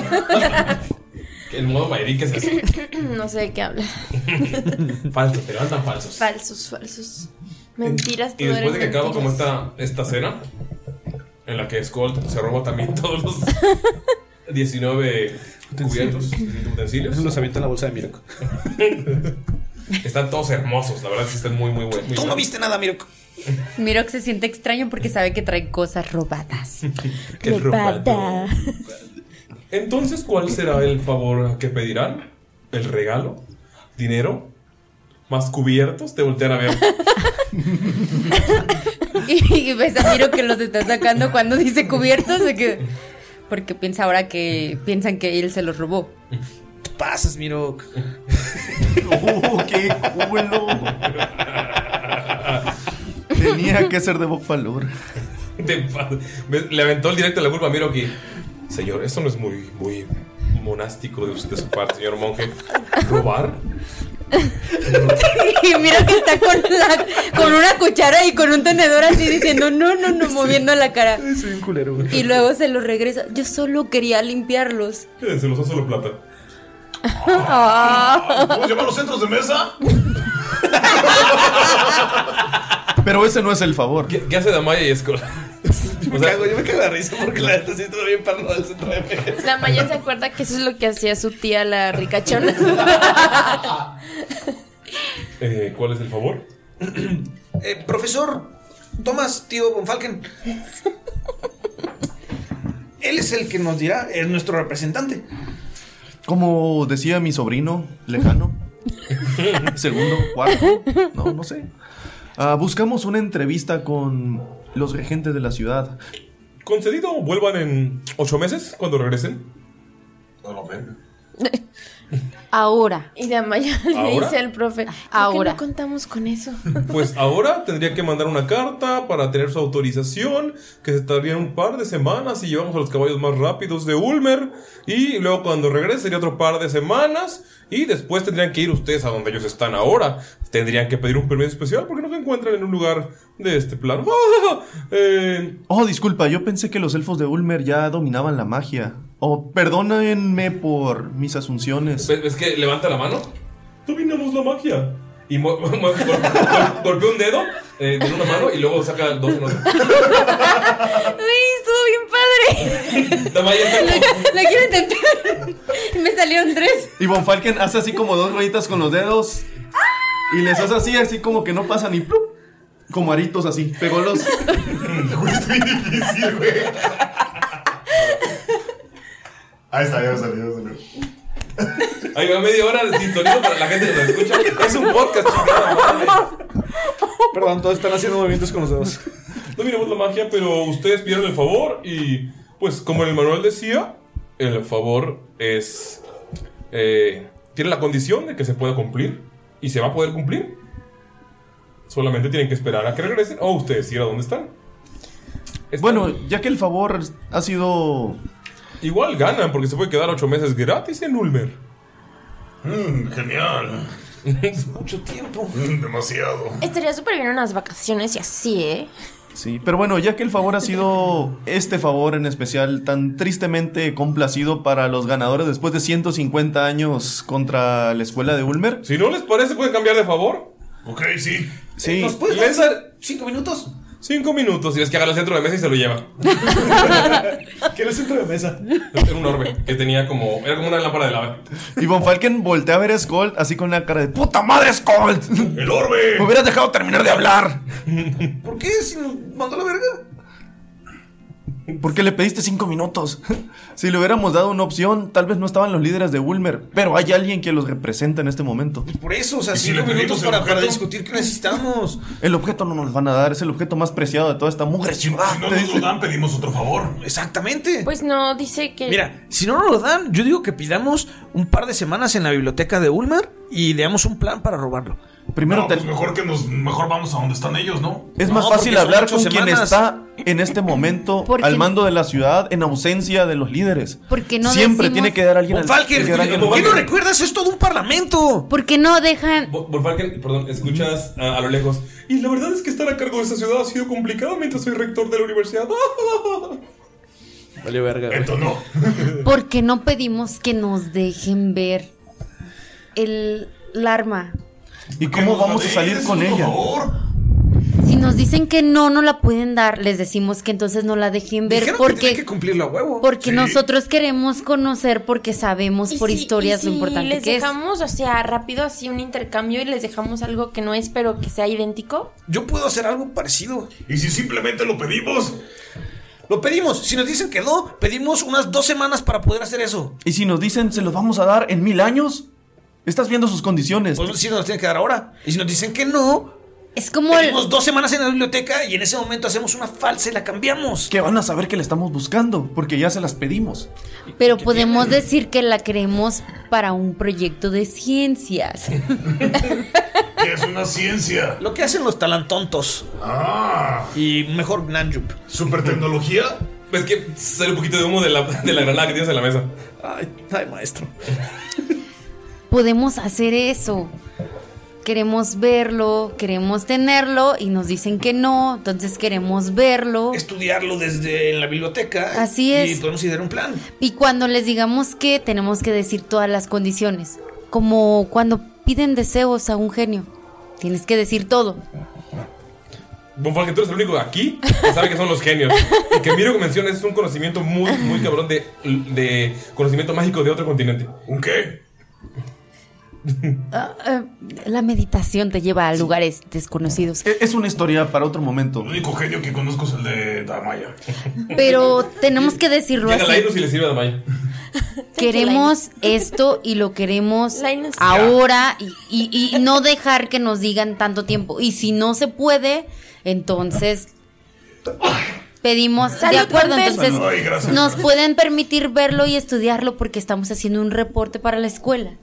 El modo Mayrin que es así.
no sé de qué habla.
Falsos, te levantan falsos.
Falsos, falsos. Mentiras,
Y
tú
después de que
eres
acaba como
mentiras.
esta, esta cena, en la que Skull se roba también todos los 19 cubiertos, utensilios.
Los avienta en la bolsa de Mirko.
Están todos hermosos, la verdad sí están muy, muy buenos.
Tú no
viste nada, Mirko.
Miro que se siente extraño porque sabe que trae cosas robadas.
Qué robado. Entonces, ¿cuál será el favor que pedirán? ¿El regalo? ¿Dinero? ¿Más cubiertos? Te voltean a ver.
Y, y ves a Miro que los está sacando cuando dice cubiertos. de que- porque piensa ahora que piensan que él se los robó.
¿Qué pasas, Mirok?
¡Qué culo! Tenía que ser de Bokfalur.
Te pa- ves, Le aventó el directo de la culpa a Miroki. Señor, eso no es muy, muy monástico de, usted, de su parte, señor monje. ¿Robar?
Y mira que está con, la- con una cuchara y con un tenedor así diciendo no, no, no, moviendo la cara.
Soy un culero, güey.
Y luego se los regresa. Yo solo quería limpiarlos.
Se los solo plata.
¿Cómo se llaman Ah. los centros de mesa?
Pero ese no es el favor.
¿Qué, qué hace Damaya y Skull?
me cago, yo me cago de risa porque la neta sí estuvo bien parado del centro de mesa.
La Maya se acuerda que eso es lo que hacía su tía, la ricachona.
Eh, ¿Cuál es el favor?
Eh, profesor, Tomás, tío Bonfalken. Él es el que nos dirá, es nuestro representante.
Como decía mi sobrino lejano, segundo, cuarto, no, no sé. Ah, buscamos una entrevista con los regentes de la ciudad.
Concedido, vuelvan en ocho meses cuando regresen. No lo ven.
Ahora.
Y la Maya le
¿Ahora?
dice al profe, ahora
Ahora.
no contamos con eso.
Pues ahora tendría que mandar una carta para tener su autorización, que se tardaría un par de semanas y llevamos a los caballos más rápidos de Ulmer. Y luego cuando regrese sería otro par de semanas y después tendrían que ir ustedes a donde ellos están ahora. Tendrían que pedir un permiso especial porque no se encuentran en un lugar de este plano. Eh,
Oh, disculpa, yo pensé que los elfos de Ulmer ya dominaban la magia. Oh, perdónenme por mis asunciones.
¿ves, ves que levanta la mano? Dominamos la magia. Y mu- mu- mu- gol- gol- golpea un dedo eh, en una mano y luego saca dos en otra.
¡Uy, estuvo bien padre!
Damaya está como-
La quiero intentar. Me salieron tres.
Y Von Falken hace así como dos rayitas con los dedos. Y les hace así, así como que no pasa ni plup. Como aritos así. Pegó los.
Ahí está, ya salió, ya salió.
Ahí va media hora de sonido para la gente que nos escucha. Es un podcast, chingada madre.
Perdón, todos están haciendo movimientos con los dedos.
No miramos la magia, pero ustedes pidieron el favor y pues como en el manual decía, el favor es... eh, tiene la condición de que se pueda cumplir y se va a poder cumplir. Solamente tienen que esperar a que regresen o ustedes ir a donde están.
Bueno, ya que el favor ha sido.
Igual ganan porque se puede quedar ocho meses gratis en Ulmer.
Mm, genial. Mm,
Es mucho tiempo.
Demasiado.
Estaría súper bien unas vacaciones y así, ¿eh?
Sí, pero bueno, ya que el favor ha sido este favor en especial tan tristemente complacido para los ganadores después de 150 años contra la escuela de Ulmer.
Si no les parece, pueden cambiar de favor.
Ok, sí.
Sí.
Eh, ¿Nos puedes dar cinco minutos?
Cinco minutos y es que agarra el centro de mesa y se lo lleva.
¿Qué era el centro de mesa?
Era un orbe que tenía como. Era como una lámpara de lava.
Y Von Falken voltea a ver a Skold así con la cara de ¡Puta madre, Skold!
¡El orbe!
¡Me hubieras dejado terminar de hablar!
¿Por qué? Si nos mandó la verga.
¿Por qué le pediste cinco minutos? Si le hubiéramos dado una opción, tal vez no estaban los líderes de Ulmer, pero hay alguien que los representa en este momento.
Por eso, o sea,
¿Y si
cinco
le pedimos
minutos
el
para, para
objeto?
discutir qué necesitamos.
El objeto no nos lo van a dar, es el objeto más preciado de toda esta mugre ciudad.
No nos lo dan, pedimos otro favor.
Exactamente.
Pues no, dice que.
Mira, si no nos lo dan, yo digo que pidamos un par de semanas en la biblioteca de Ulmer y leamos un plan para robarlo.
Primero
No, pues mejor que nos. Mejor vamos a donde están ellos, ¿no?
Es
No,
más
porque
fácil
son
hablar
ocho
con quien
semanas.
está en este momento
Porque-
al mando de la ciudad en ausencia de los líderes.
Porque no
Siempre
decimos-
tiene que dar alguien
Von
al-
Falken,
tiene que dar alguien
¿por qué
al-
no recuerdas? Es todo un parlamento.
¿Por qué no dejan?
Vol- Volfalken, perdón, escuchas a, a lo lejos. Y la verdad es que estar a cargo de esta ciudad ha sido complicado mientras soy rector de la universidad.
Vale, verga.
Esto no.
¿Por qué no pedimos que nos dejen ver el, el arma?
¿Y cómo vamos a salir con ella?
Si nos dicen que no, no la pueden dar, les decimos que entonces no la dejen ver
Dijeron que
porque
tiene que cumplirlo a huevo.
porque
Sí.
nosotros queremos conocer porque sabemos
¿Y
por
si-
historias
y
lo
si
importante
les
que es.
dejamos, o sea, rápido así un intercambio y les dejamos algo que no es, pero que sea idéntico.
Yo puedo hacer algo parecido.
¿Y si simplemente lo pedimos?
Lo pedimos. Si nos dicen que no, pedimos unas dos semanas para poder hacer eso.
¿Y si nos dicen se los vamos a dar en mil años? Estás viendo sus condiciones.
Pues sí nos tienen que dar ahora. Y si nos dicen que no,
Es como el,
pedimos dos semanas en la biblioteca y en ese momento hacemos una falsa y la cambiamos.
Que van a saber que le estamos buscando, porque ya se las pedimos.
pero podemos decir que la queremos para un proyecto de ciencias.
Que es una ciencia.
Lo que hacen los talantontos.
Ah,
Y mejor Nanjup.
super tecnología.
Ves que sale un poquito de humo de la, de la granada que tienes en la mesa.
Ay, ay, maestro.
podemos hacer eso. Queremos verlo, queremos tenerlo y nos dicen que no, entonces queremos verlo.
Estudiarlo desde la biblioteca.
Así es.
Y podemos idear un plan.
Y cuando les digamos que tenemos que decir todas las condiciones, como cuando piden deseos a un genio, tienes que decir todo.
Bonfalken, tú eres el único aquí que sabe que son los genios. Y que miro que mencionas es un conocimiento muy, muy cabrón de, de conocimiento mágico de otro continente.
¿Un qué?
Ah, ah, la meditación te lleva a lugares desconocidos,
E- Es una historia para otro momento.
El único genio que conozco es el de Damaya.
eh,
pero tenemos que decirlo
Llega
así.
Lairus y le sirve a Damaya.
Queremos esto y lo queremos
Linus.
ahora y, y- y no dejar que nos digan tanto tiempo. Y si no se puede, entonces pedimos, de
Salud,
acuerdo,
Pompey.
entonces
Salud. Ay, gracias,
nos
gracias.
pueden permitir verlo y estudiarlo porque estamos haciendo un reporte para la escuela.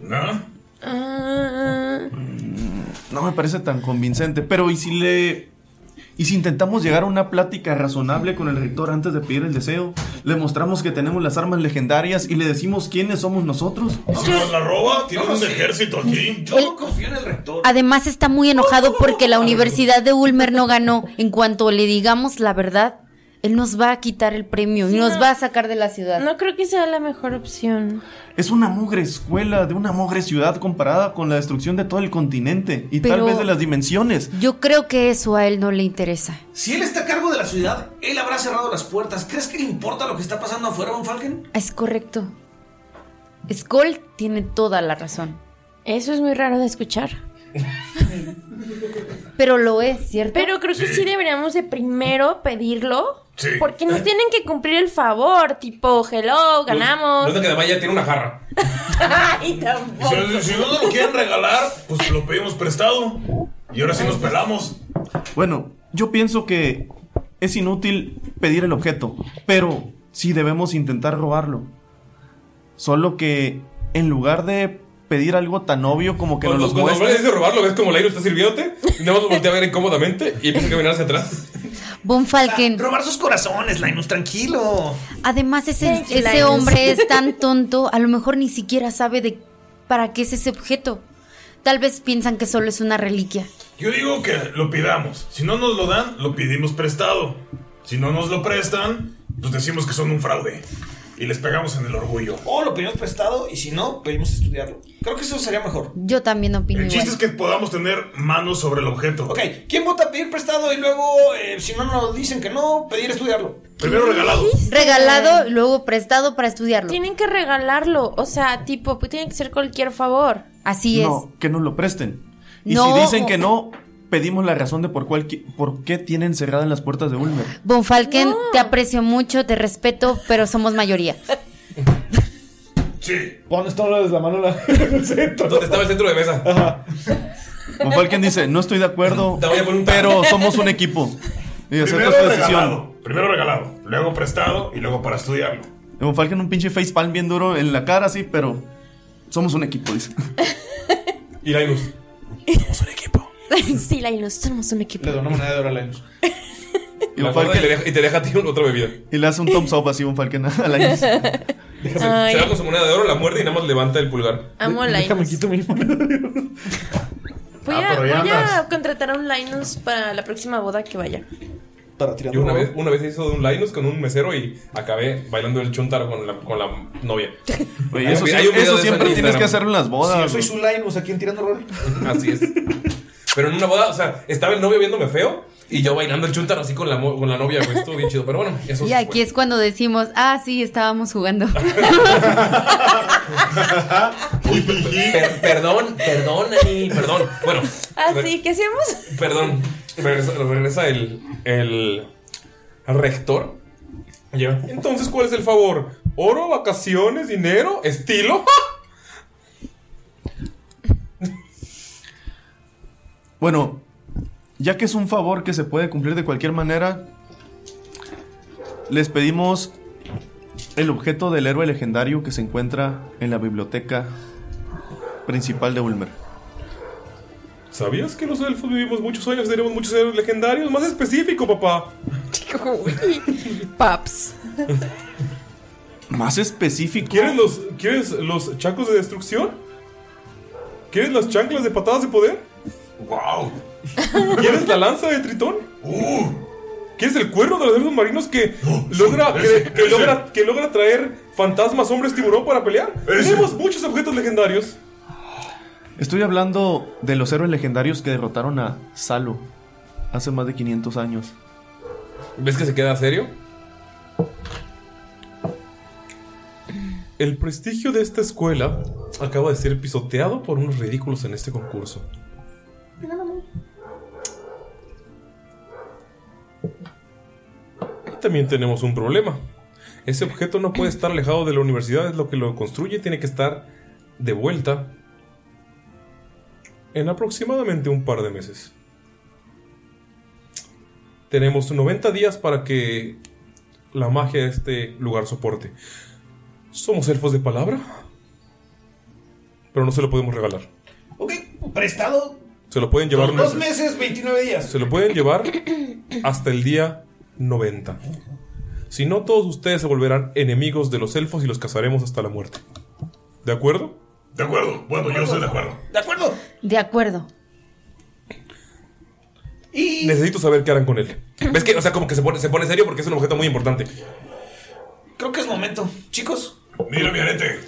¿No?
Ah,
No me parece tan convincente. Pero ¿y si le... ¿Y si intentamos llegar a una plática razonable con el rector antes de pedir el deseo? ¿Le mostramos que tenemos las armas legendarias y le decimos quiénes somos nosotros?
¿Y si nos la roba? Tiene
No lo
un
sé.
ejército aquí.
Yo
El-
no confío en el rector.
Además está muy enojado porque la Universidad de Ulmer no ganó. En cuanto le digamos la verdad, él nos va a quitar el premio y
Sí,
nos
no.
va a sacar de la ciudad.
no creo que sea la mejor opción.
Es una mugre escuela de una mugre ciudad comparada con la destrucción de todo el continente y tal
Pero-
vez de las dimensiones.
Yo creo que eso a él no le interesa.
Si él está a cargo de la ciudad, él habrá cerrado las puertas. ¿Crees que le importa lo que está pasando afuera, Von Falken?
Es correcto. Skull tiene toda la razón.
Eso es muy raro de escuchar.
Pero lo es, ¿cierto?
Pero creo que sí deberíamos de primero pedirlo.
Sí.
Porque nos tienen que cumplir el favor, tipo, hello, ganamos.
Nota que Damaya tiene una jarra.
Ay,
Y si,
tampoco.
si no nos lo quieren regalar, pues lo pedimos prestado. Y ahora sí nos pelamos.
Bueno, yo pienso que es inútil pedir el objeto, pero sí debemos intentar robarlo. Solo que en lugar de pedir algo tan obvio como que nos
Cuando,
los
cuando
muestre,
Bonfalken dice robarlo, ves como Lairus está sirviéndote. Y nada más lo voltea a ver incómodamente y empieza a caminar hacia atrás.
Von Falken,
Ah, Robar sus corazones, Linus, tranquilo.
además ese,
Thank you,
ese
Linus.
hombre es tan tonto, a lo mejor ni siquiera sabe de para qué es ese objeto. Tal vez piensan que solo es una reliquia.
Yo digo que lo pidamos. Si no nos lo dan, lo pedimos prestado. Si no nos lo prestan, pues decimos que son un fraude. Y les pegamos en el orgullo.
O lo pedimos prestado y si no, pedimos estudiarlo. Creo que eso sería mejor.
Yo también opino
El
igual.
chiste es que podamos tener manos sobre el objeto.
Ok, ¿quién vota a pedir prestado y luego, eh, si no nos dicen que no, pedir estudiarlo?
Primero regalado.
Regalado y luego prestado para estudiarlo.
Tienen que regalarlo, o sea, tipo, pues, tiene que ser cualquier favor.
Así
No, que nos lo presten. Y
No.
si dicen que no, pedimos la razón de por, cuál qui- por qué tienen cerradas las puertas de Ulmer.
Bonfalken, te aprecio mucho, te respeto, pero somos mayoría.
Sí.
Pones todas la mano en el centro.
¿Dónde estaba el centro de mesa?
Bonfalken dice, no estoy de acuerdo, pero somos un equipo. Y
Primero
aceptas tu decisión.
regalado. Primero regalado. Luego prestado y luego para estudiarlo.
Bonfalken un pinche facepalm bien duro en la cara, sí, pero somos un equipo, dice.
Y Linus.
sí, Linus, somos un equipo.
Le doy una moneda de oro a Linus.
Y, Bonfalken-
Y te deja- y te deja a ti un- otra bebida.
y le hace un thumbs up así Bonfalken a la Inés.
Se se va con su moneda de oro, la muerde y nada más levanta el pulgar.
Amo a Linus.
quito mi
Voy,
Ah,
a,
pero ya
voy a
andas.
contratar a un Linus para la próxima boda que vaya.
Yo una vez, una vez hizo de un Linus con un mesero y acabé bailando el chuntaro con la, con la novia.
Oye, eso sí-
hay un video
eso
de
siempre
en
tienes que
Instagram.
hacerlo en las bodas.
Sí, yo soy su Linus aquí en Tirando Rol.
Así es. Pero en una boda, o sea, estaba el novio viéndome feo y yo bailando el chuntaro así con la, mo- con la novia, güey. Estuvo bien chido. Pero bueno, eso
Y aquí es cuando decimos, ah, sí, estábamos jugando.
Per- perdón, perdón, Ani, perdón. Bueno,
Así, Ah, ¿qué hacemos?
Perdón, regresa, regresa el, el rector. Ya. Entonces, ¿cuál es el favor? ¿Oro, vacaciones, dinero, estilo?
Bueno, ya que es un favor que se puede cumplir de cualquier manera, les pedimos el objeto del héroe legendario que se encuentra en la biblioteca principal de Ulmer.
¿Sabías que los elfos vivimos muchos años, tenemos muchos héroes legendarios? Más específico, papá.
Paps.
Más específico.
¿Quieres los, ¿quieres los chacos de destrucción? ¿Quieres las chanclas de patadas de poder? ¡Wow! ¿Quieres la lanza de Tritón? ¿Quieres el cuerno de los héroes marinos que, logra,
ese,
que, que
ese.
logra, que logra traer fantasmas, hombres, tiburón para pelear? Tenemos muchos objetos legendarios.
Estoy hablando de los héroes legendarios que derrotaron a Salo hace más de 500 años.
¿Ves que se queda serio? El prestigio de esta escuela acaba de ser pisoteado por unos ridículos en este concurso. Y también tenemos un problema. Ese objeto no puede estar alejado de la universidad, es lo que lo construye, tiene que estar de vuelta en aproximadamente un par de meses. Tenemos 90 días para que la magia de este lugar soporte. Somos elfos de palabra, pero no se lo podemos regalar.
Prestado
Se lo pueden llevar
dos meses, 29 días.
se lo pueden llevar hasta el día 90. Si no, todos ustedes se volverán enemigos de los elfos y los cazaremos hasta la muerte. ¿De acuerdo?
De acuerdo. Bueno, yo estoy de acuerdo.
¿De acuerdo?
De acuerdo.
Necesito saber qué harán con él. ¿Ves que? O sea, como que se pone, se pone serio porque es un objeto muy importante.
Creo que es momento. Chicos,
Mira mi arete.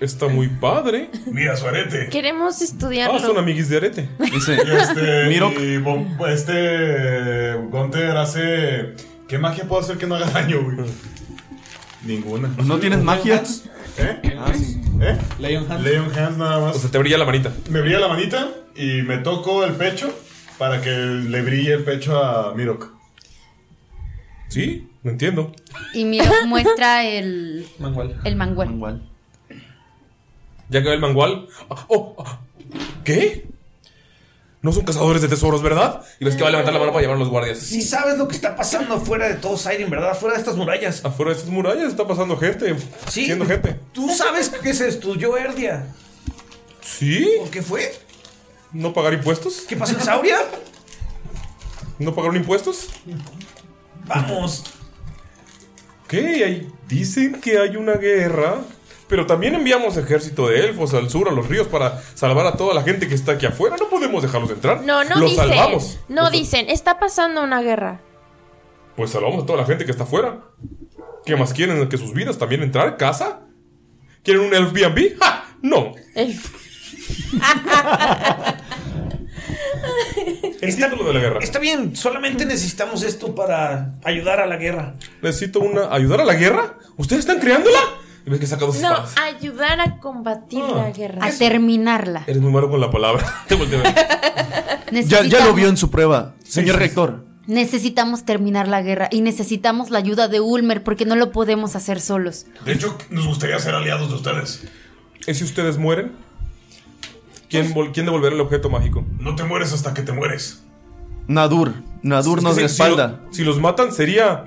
Está muy padre.
Mira su arete.
Queremos estudiarlo.
Ah, son amiguis de arete.
Dice,
Y este.
Miro-
y Bon- este. Gonter hace. ¿Qué magia puedo hacer que no haga daño, güey? Ninguna.
¿No tienes magia?
¿Eh? ¿Eh?
Leon Hans.
Leon Hands nada más.
Ah, O sea, te brilla la manita.
me brilla la manita y me toco el pecho para que le brille el pecho a Mirok.
Sí, no entiendo.
Y mira, muestra el,
Mangual.
el mangual.
Ya quedó el mangual. Ah, oh, ah, ¿Qué? No son cazadores de tesoros, ¿verdad? Y ves que va a levantar la mano para llamar a los guardias.
Si sabes lo que está pasando afuera de todo Siren, ¿verdad? Afuera de estas murallas.
Afuera de estas murallas está pasando gente.
Sí.
Siendo gente.
Tú sabes que se estudió Erdia.
¿Sí?
¿Por qué fue?
¿No pagar impuestos?
¿Qué pasó en Sauria?
¿No pagaron impuestos?
Vamos.
¿Qué? Hay- Dicen que hay una guerra Pero también enviamos ejército de elfos al sur, a los ríos, para salvar a toda la gente que está aquí afuera. No podemos dejarlos entrar.
No, no
los
dicen.
salvamos.
No dicen, está pasando una guerra.
Pues salvamos a toda la gente que está afuera. ¿Qué más quieren que sus vidas? ¿También entrar? ¿Casa? ¿Quieren un Airbnb? ¡Ja! No. El título de la guerra.
Está bien, solamente necesitamos esto para ayudar a la guerra.
Necesito una. ¿Ayudar a la guerra? ¿Ustedes están creándola? Y ves que saca dos
No,
espadas.
ayudar a combatir la guerra.
A terminarla.
Eres muy malo con la palabra. Te volteo a ver.
Ya,
Necesitamos,
ya lo vio en su prueba, señor rector.
necesitamos terminar la guerra y necesitamos la ayuda de Ulmer porque no lo podemos hacer solos.
De hecho, nos gustaría ser aliados de ustedes.
¿Y si ustedes mueren?
Pues-
¿Quién, vol- quién devolverá el objeto mágico?
No te mueres hasta que te mueres.
Nadur. Nadur
Es que
nos
si-
respalda.
Si, lo- si los matan sería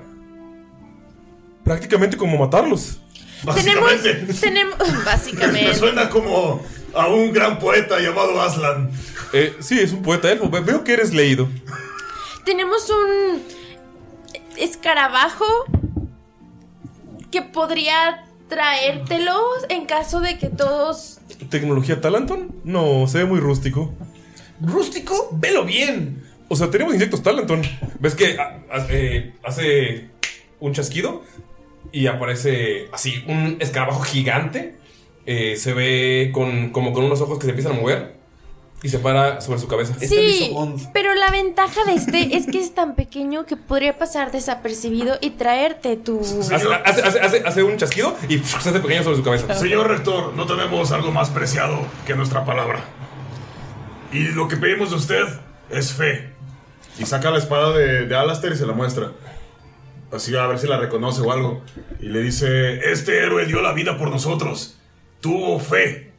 prácticamente como matarlos.
Básicamente.
Tenemos.
Me
Básicamente.
suena como a un gran poeta llamado Aslan.
Eh, sí, es un poeta elfo. Ve- Veo que eres leído.
Tenemos un escarabajo que podría traértelos en caso de que todos.
¿Tecnología Talanton? No, se ve muy rústico.
¿Rústico? Velo bien.
O sea, tenemos insectos Talanton. ¿Ves que ah, ah, eh, hace un chasquido y aparece así un escarabajo gigante? Eh, se ve con, como con unos ojos que se empiezan a mover y se para sobre su cabeza.
Sí, pero la ventaja de este es que es tan pequeño que podría pasar desapercibido y traerte tu.
Hace, hace- hace- hace- hace un chasquido y se hace pequeño sobre su cabeza.
Señor rector, no tenemos algo más preciado que nuestra palabra. Y lo que pedimos de usted es fe. Y saca la espada de, de Alastair y se la muestra. Así a ver si la reconoce o algo. Y le dice, este héroe dio la vida por nosotros. Tuvo fe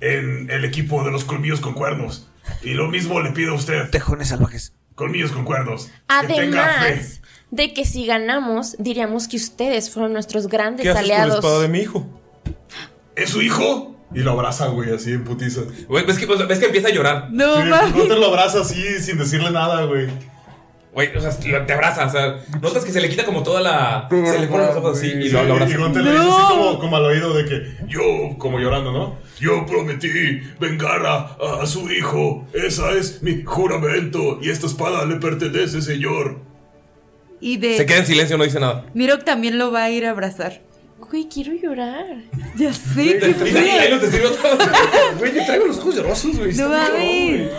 en el equipo de los colmillos con cuernos. Y lo mismo le pido a usted.
Tejones salvajes.
Colmillos con cuernos. que tenga fe.
Además de que si ganamos, diríamos que ustedes fueron nuestros grandes
¿Qué haces con la
aliados.
espada de
mi hijo?
¿Es su hijo? Y lo abraza, güey, así en putiza.
Güey, ¿ves que, ves que empieza a llorar.
No, Hunter lo abraza así sin decirle nada, güey.
Güey, o sea, lo- te abraza, o sea, notas que se le quita como toda la. Se le ponen los ojos así y lo, lo abraza.
Y Gunter le dice así como, como al oído de que yo, como llorando, ¿no? Yo prometí vengar a, a su hijo. Esa es mi juramento. Y esta espada le pertenece, señor.
Y
Eh.
de
Se queda en silencio, no dice nada.
Mirok también lo va a ir a abrazar.
Güey, quiero llorar.
Ya sé. qué
Y ahí- ahí los testigos todos.
Güey, yo traigo los ojos llorosos, güey.
No mames.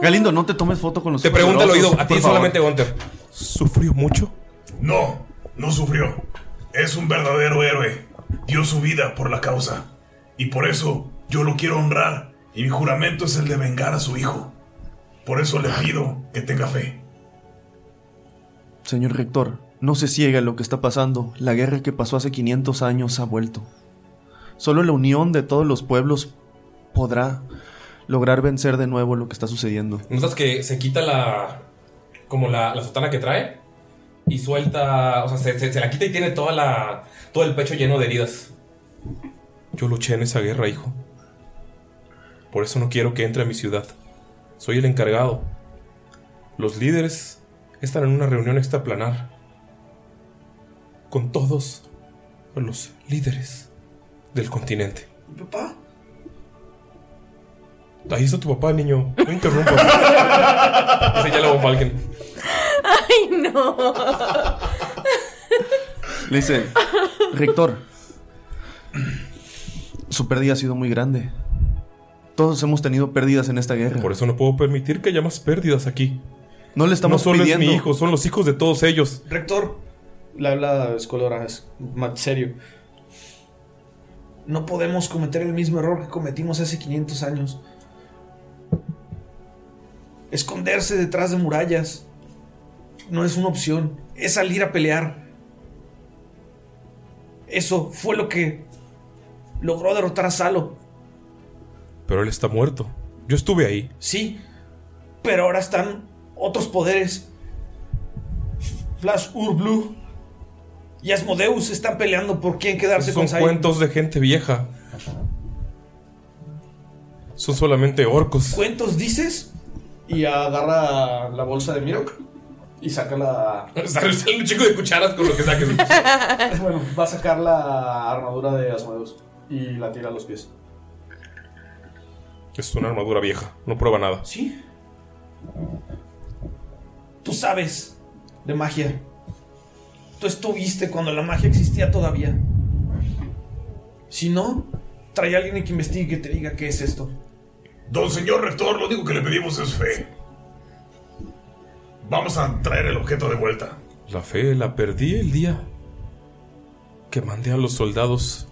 Galindo, no te tomes foto con los
Te pregunta al
poderosos,
oído, a ti
por favor.
solamente, Gunter. ¿Sufrió mucho?
No, no sufrió. Es un verdadero héroe. Dio su vida por la causa. Y por eso yo lo quiero honrar. Y mi juramento es el de vengar a su hijo. Por eso le pido que tenga fe.
Señor rector, no se ciega a lo que está pasando. La guerra que pasó hace 500 años ha vuelto. Solo la unión de todos los pueblos podrá lograr vencer de nuevo lo que está sucediendo.
Notas que se quita la. como la, la sotana que trae y suelta. O sea, se, se- se la quita y tiene toda la. todo el pecho lleno de heridas. Yo luché en esa guerra, hijo. Por eso no quiero que entre a mi ciudad. Soy el encargado. Los líderes están en una reunión extraplanar. Con todos los líderes del continente.
¿Papá?
Ahí está tu papá, niño. No interrumpas. Ese ya lo Falken.
Ay, no.
Le dice, Rector, su pérdida ha sido muy grande. Todos hemos tenido pérdidas en esta guerra.
Por eso no puedo permitir que haya más pérdidas aquí.
No le estamos
no solo
pidiendo.
es mi hijo, son los hijos de todos ellos.
Rector, le habla Escolora, es más serio. No podemos cometer el mismo error que cometimos hace 500 años. Esconderse detrás de murallas no es una opción, es salir a pelear. Eso fue lo que logró derrotar a Salo,
Pero él está muerto. Yo estuve ahí.
sí, pero ahora están otros poderes. Flash Urblue y Asmodeus están peleando por quién quedarse
Esos
con
son
Sai.
cuentos de gente vieja. Son solamente orcos.
¿Cuentos dices? Y agarra la bolsa de Mirok Y saca la.
Sale sale un chico de cucharas con lo que saques.
bueno, va a sacar la armadura de Asmodeus y la tira a los pies.
Es una armadura vieja, no prueba nada.
Sí. Tú sabes de magia. Tú estuviste cuando la magia existía todavía. Si no, trae a alguien que investigue y que te diga qué es esto.
Don señor rector, lo único que le pedimos es fe. Vamos a traer el objeto de vuelta.
La fe la perdí el día que mandé a los soldados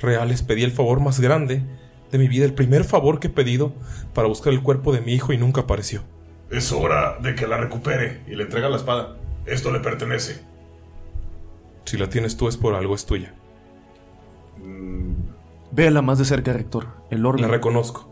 reales. Pedí el favor más grande de mi vida, el primer favor que he pedido para buscar el cuerpo de mi hijo y nunca apareció.
Es hora de que la recupere y le entrega la espada. Esto le pertenece.
Si la tienes tú es por algo, es tuya.
Véala más de cerca, rector. El orbe.
La reconozco.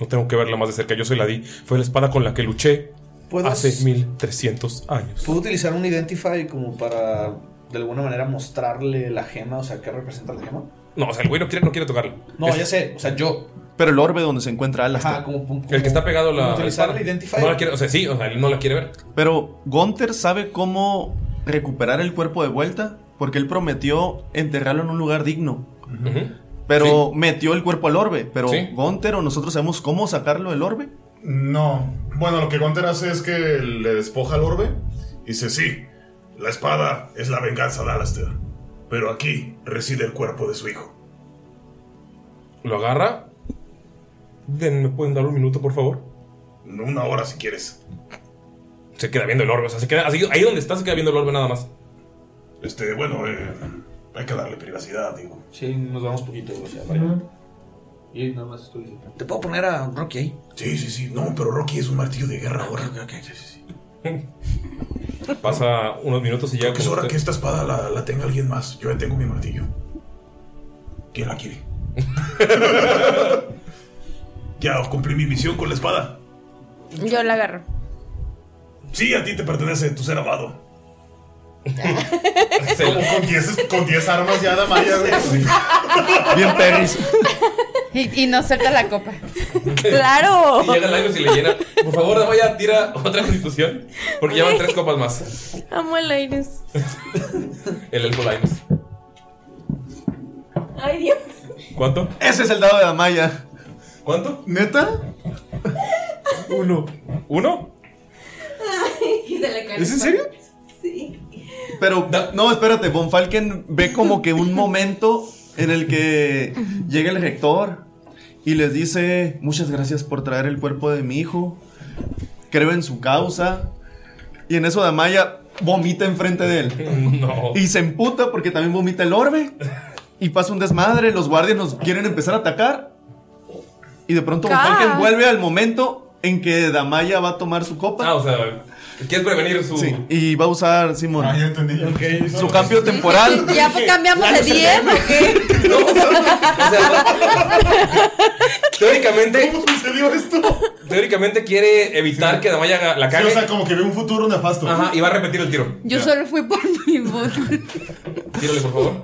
No tengo que verla más de cerca, yo se la di. Fue la espada con la que luché
¿Puedo
hace 1300 años.
¿Puedo utilizar un Identify como para de alguna manera mostrarle la gema? O sea, ¿qué representa la gema?
No, o sea, el güey no quiere, no quiere tocarla.
No, ya sé, o sea, yo.
Pero el orbe donde se encuentra Alastor.
Ajá, como, como-
El que está pegado a la.
Utilizar el
espada.
Identify.
No la quiere, o sea, sí, o sea, él no la quiere ver.
Pero Gunther sabe cómo recuperar el cuerpo de vuelta porque él prometió enterrarlo en un lugar digno. Pero metió el cuerpo al orbe. Pero
Sí.
Gunther o nosotros sabemos cómo sacarlo del orbe.
No. Bueno, lo que Gunter hace es que le despoja el orbe y dice: Sí, la espada es la venganza de Alastair. Pero aquí reside el cuerpo de su hijo.
Lo agarra. Den- ¿Me pueden dar un minuto, por favor?
Una hora si quieres.
Se queda viendo el orbe, o sea, se queda. así- ahí donde está se queda viendo el orbe nada más.
Este, bueno, eh, hay que darle privacidad, digo.
Sí, nos vamos poquito, o sea, vaya. Y nada más estoy.
¿Te puedo poner a Rocky ahí? Sí, sí, sí. No, pero Rocky es un martillo de guerra ahora.
Pasa unos minutos y llega.
Es hora que esta espada la, la tenga alguien más. Yo ya tengo mi martillo. ¿Quién la quiere? ya cumplí mi misión con la espada.
Yo la agarro.
Sí, a ti te pertenece, tú ser amado. Como con 10 con 10 armas ya, Damaya. güey.
Bien, Perris.
Y, y no suelta la copa.
¡Claro! Y llega Laios y le llena. Por favor, vaya, tira otra constitución. Porque llevan tres copas más.
Amo el Aires.
El elfo Laios.
Ay, Dios.
¿Cuánto?
Ese es el dado de Amaya.
¿Cuánto?
¿Neta?
Uno. ¿Uno?
¿Es en serio?
Sí.
Pero, no, espérate, Von Falken ve como que un momento en el que llega el rector y les dice, muchas gracias por traer el cuerpo de mi hijo, creo en su causa. Y en eso Damaya vomita enfrente de él.
No.
Y se emputa porque también vomita el orbe. Y pasa un desmadre, los guardias nos quieren empezar a atacar. Y de pronto Von
Ca-
Falken vuelve al momento en que Damaya va a tomar su copa.
Ah, o sea, ¿quieres prevenir su.?
Sí, y va a usar Simón.
Ah, ya entendí.
Su cambio temporal.
¿Ya cambiamos de 10 o qué?
Teóricamente.
¿Cómo sucedió esto?
Teóricamente quiere evitar que Damaya haga- la cague. o sea,
como que ve un futuro nefasto.
Ajá, y va a repetir el tiro.
Yo solo fui por mi voz.
Tírale, por favor.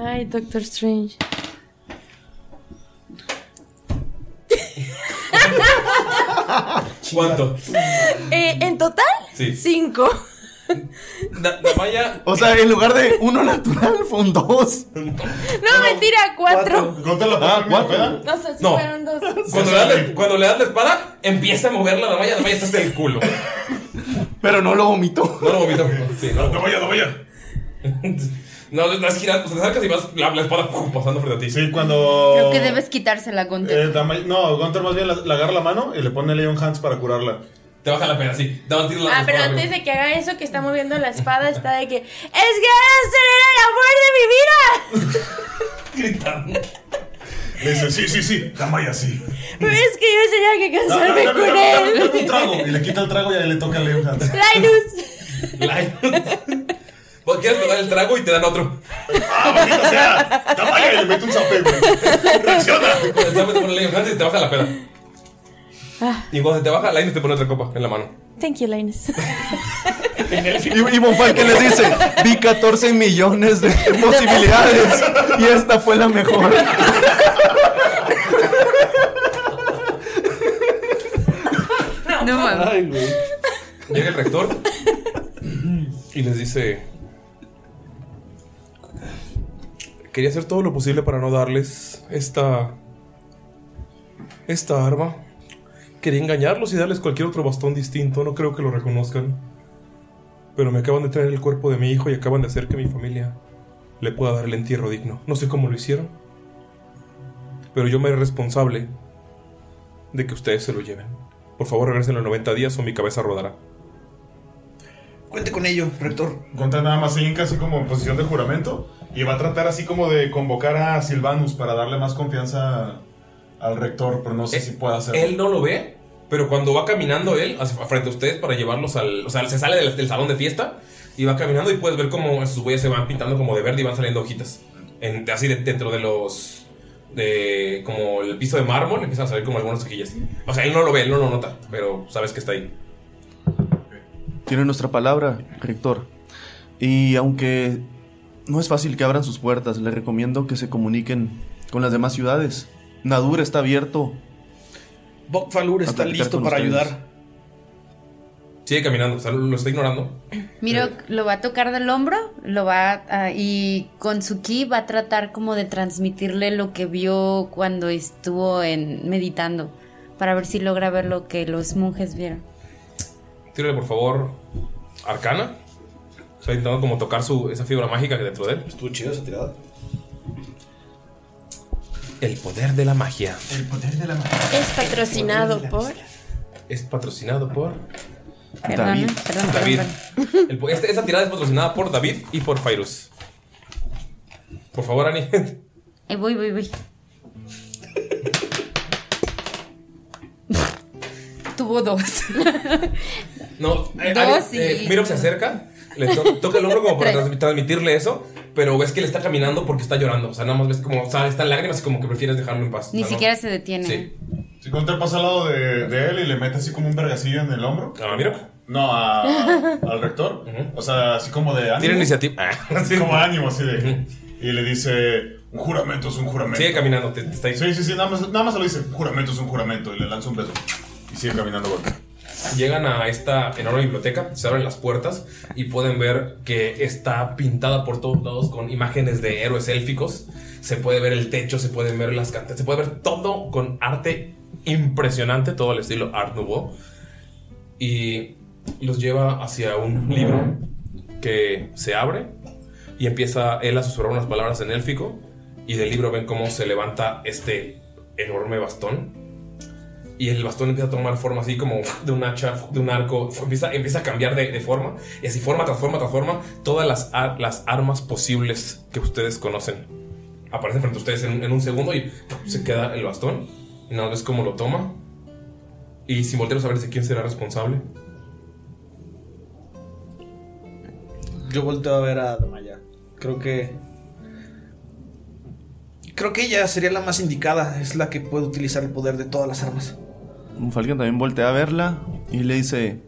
Ay, Doctor Strange.
¿Cuánto?
Eh, ¿En total?
Sí.
Cinco.
Da- Damaya.
O sea, en lugar de uno natural, fue un dos.
No, mentira, cuatro.
la
Ah, cuatro.
No sé, si
No.
fueron dos.
Cuando le, das la, cuando le das la espada, empieza a mover la Damaya. Damaya está hasta el culo.
Pero no lo vomitó.
No lo vomitó. Sí, no,
Damaya, Damaya.
No, pues, le das girando. O sea, te acercas y vas la, la espada ¡pum! pasando frente a ti.
Sí, cuando.
Creo que debes quitársela con
Eh, Damaya- no, Gunter más bien la- le agarra la mano y le pone Leon Hands para curarla.
Te baja la pena, sí.
Ah, pero antes de que haga eso, que está moviendo la espada, está de que. ¡Es que Aster era el amor de mi vida!
Gritando.
Le dice, sí, sí, sí, Damaya, sí.
Es que yo tenía que
Dame,
casarme
dame,
con
dame, dame, dame un
él.
trago. Y le quita el trago y ahí le toca a Leon Hands.
Linus.
Vos quieres te dan el trago y te dan otro.
Ah, Damaya, y le mete un zape, güey. Reacciona.
Con el zape te pone Lion Hands y te baja la pena.
Ah.
Y cuando se te baja, Linus te pone otra copa en la mano.
Thank you, Linus.
Y, y Von Falken les dice, vi 14 millones de posibilidades y esta fue la mejor.
No,
No mames.
Ay, güey. Llega el rector y les dice: Quería hacer todo lo posible para no darles esta. esta arma. Quería engañarlos y darles cualquier otro bastón distinto. No creo que lo reconozcan. Pero me acaban de traer el cuerpo de mi hijo y acaban de hacer que mi familia le pueda dar el entierro digno. No sé cómo lo hicieron. Pero yo me haré responsable de que ustedes se lo lleven. Por favor, regresen los 90 días o mi cabeza rodará.
Cuente con ello, rector. Contra nada más se hinca así como en posición de juramento y va a tratar así como de convocar a Silvanus para darle más confianza al rector, pero
Eh.
no sé si pueda hacerlo.
Él no lo ve, pero cuando va caminando él hacia- frente a ustedes para llevarlos al. O sea, se sale del, del salón de fiesta y va caminando y puedes ver cómo sus huellas se van pintando como de verde y van saliendo hojitas. En- así de- dentro de los. De, como el piso de mármol empiezan a salir como algunas hojillas. O sea, él no lo ve, él no lo nota, pero sabes que está ahí.
Tiene nuestra palabra, rector. Y aunque no es fácil que abran sus puertas, le recomiendo que se comuniquen con las demás ciudades. Nadur está abierto.
Bokfalur
A
está
platicar
listo
con
para
ustedes.
ayudar.
Sigue caminando, o sea, lo, lo está ignorando. Eh.
Miro, lo va a tocar del hombro, lo va a- y con su ki va a tratar como de transmitirle lo que vio cuando estuvo en meditando para ver si logra ver lo que los monjes vieron.
Tírale, por favor, arcana. Está intentando como tocar su, esa fibra mágica que hay dentro de él.
Estuvo chido esa tirada.
El poder de la magia.
El poder de la magia.
Es patrocinado por.
Es patrocinado por
Perdón, perdón,
David.
perdón,
El po- este- esta tirada es patrocinada por David y por Fairus. Por favor, Ani.
Eh, voy, voy, voy. Tuvo dos.
No, eh,
Dos y-
Ani, eh, Miro se acerca, le to- toca el hombro como para transmi- transmitirle eso, pero ves que le está caminando porque está llorando. O sea, nada más ves como, o sea, están lágrimas y como que prefieres dejarlo en paz.
Ni
O sea, no-
siquiera se detiene.
Sí.
Si Contra pasa al lado de, de él y le mete así como un vergacillo en el hombro.
¿A Miro?
No, a- al rector. O sea, así como de ánimo.
Tiene iniciativa.
Así como ánimo, así de. Y le dice: Un juramento es un juramento.
Sigue caminando, te- te está ahí.
Sí, sí, sí, nada más, nada más se lo dice: Un juramento es un juramento. Y le lanza un beso. Y sigue caminando, güey.
Llegan a esta enorme biblioteca, se abren las puertas y pueden ver que está pintada por todos lados con imágenes de héroes élficos. Se puede ver el techo, se pueden ver las cantas, se puede ver todo con arte impresionante, todo el estilo Art Nouveau. Y los lleva hacia un libro que se abre y empieza él a susurrar unas palabras en élfico. Y del libro ven cómo se levanta este enorme bastón y el bastón empieza a tomar forma así como de un hacha, de un arco, empieza, empieza a cambiar de, de forma, y así forma tras forma tras forma, todas las, ar- las armas posibles que ustedes conocen. Aparecen frente a ustedes en, en un segundo y se queda el bastón, y nada más ves cómo lo toma, y sin voltear a saberse quién será responsable.
Yo volteo a ver a Damaya. Creo que. Creo que ella sería la más indicada. Es la que puede utilizar el poder de todas las armas.
Falcon también voltea a verla y le dice...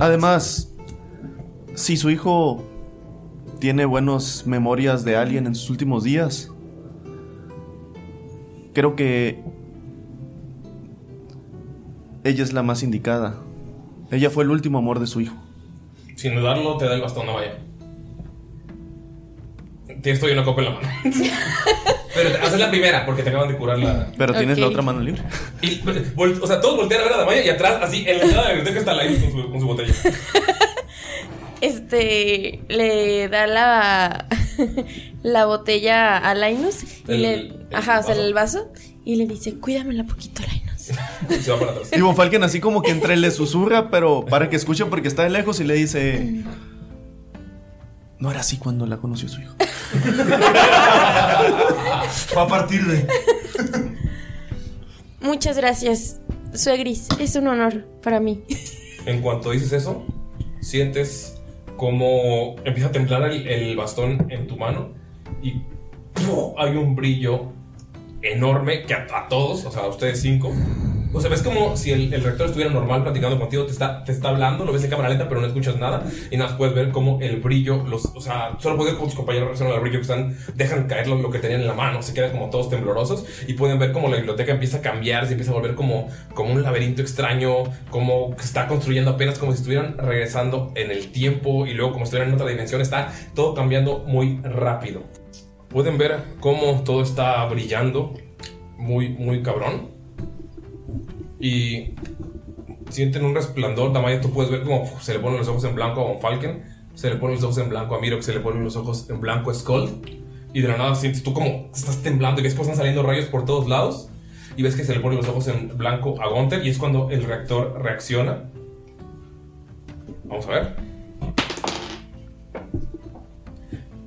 Además, si su hijo tiene buenas memorias de alguien en sus últimos días, creo que ella es la más indicada. Ella fue el último amor de su hijo.
Sin dudarlo, te da el bastón, no vaya. Tienes todavía una copa en la mano. Pero te- haces la primera, porque te acaban de curar la.
Pero tienes la otra mano libre.
Y, vol- o sea, todos voltean a ver a Damaya y atrás, así, en la entrada de la biblioteca está la Iris con su, con su botella.
Este le da la la botella a Linus y
El-
le
el
ajá, o sea, el vaso y le dice, "Cuídamela poquito, Linus."
Y se va para atrás.
Y Von Falken así como que entre le susurra, pero para que escuche porque está de lejos y le dice... No era así cuando la conoció su hijo.
Va a partir de.
Muchas gracias, suegris. Es un honor para mí.
En cuanto dices eso, sientes como empieza a temblar el, el bastón en tu mano y ¡puf! hay un brillo enorme que a, a todos, o sea, a ustedes cinco, O sea, ves como si el, el rector estuviera normal platicando contigo, te está, te está hablando, lo ves en cámara lenta, pero no escuchas nada. Y nada, más puedes ver como el brillo, los, o sea, solo puedes ver cómo tus compañeros reaccionan al brillo que están, dejan caer lo, lo que tenían en la mano, se quedan como todos temblorosos. Y pueden ver como la biblioteca empieza a cambiar, se empieza a volver como, como un laberinto extraño, como que se está construyendo apenas como si estuvieran regresando en el tiempo y luego como si estuvieran en otra dimensión. Está todo cambiando muy rápido. Pueden ver cómo todo está brillando muy, muy cabrón. Y sienten un resplandor. Damaya, tú puedes ver cómo uf, se le ponen los ojos en blanco a Von Falken. Se le ponen los ojos en blanco a Miro, se le ponen los ojos en blanco a Skull. Y de la nada sientes tú como estás temblando y ves cómo están saliendo rayos por todos lados. Y ves que se le ponen los ojos en blanco a Gunther. Y es cuando el reactor reacciona. Vamos a ver.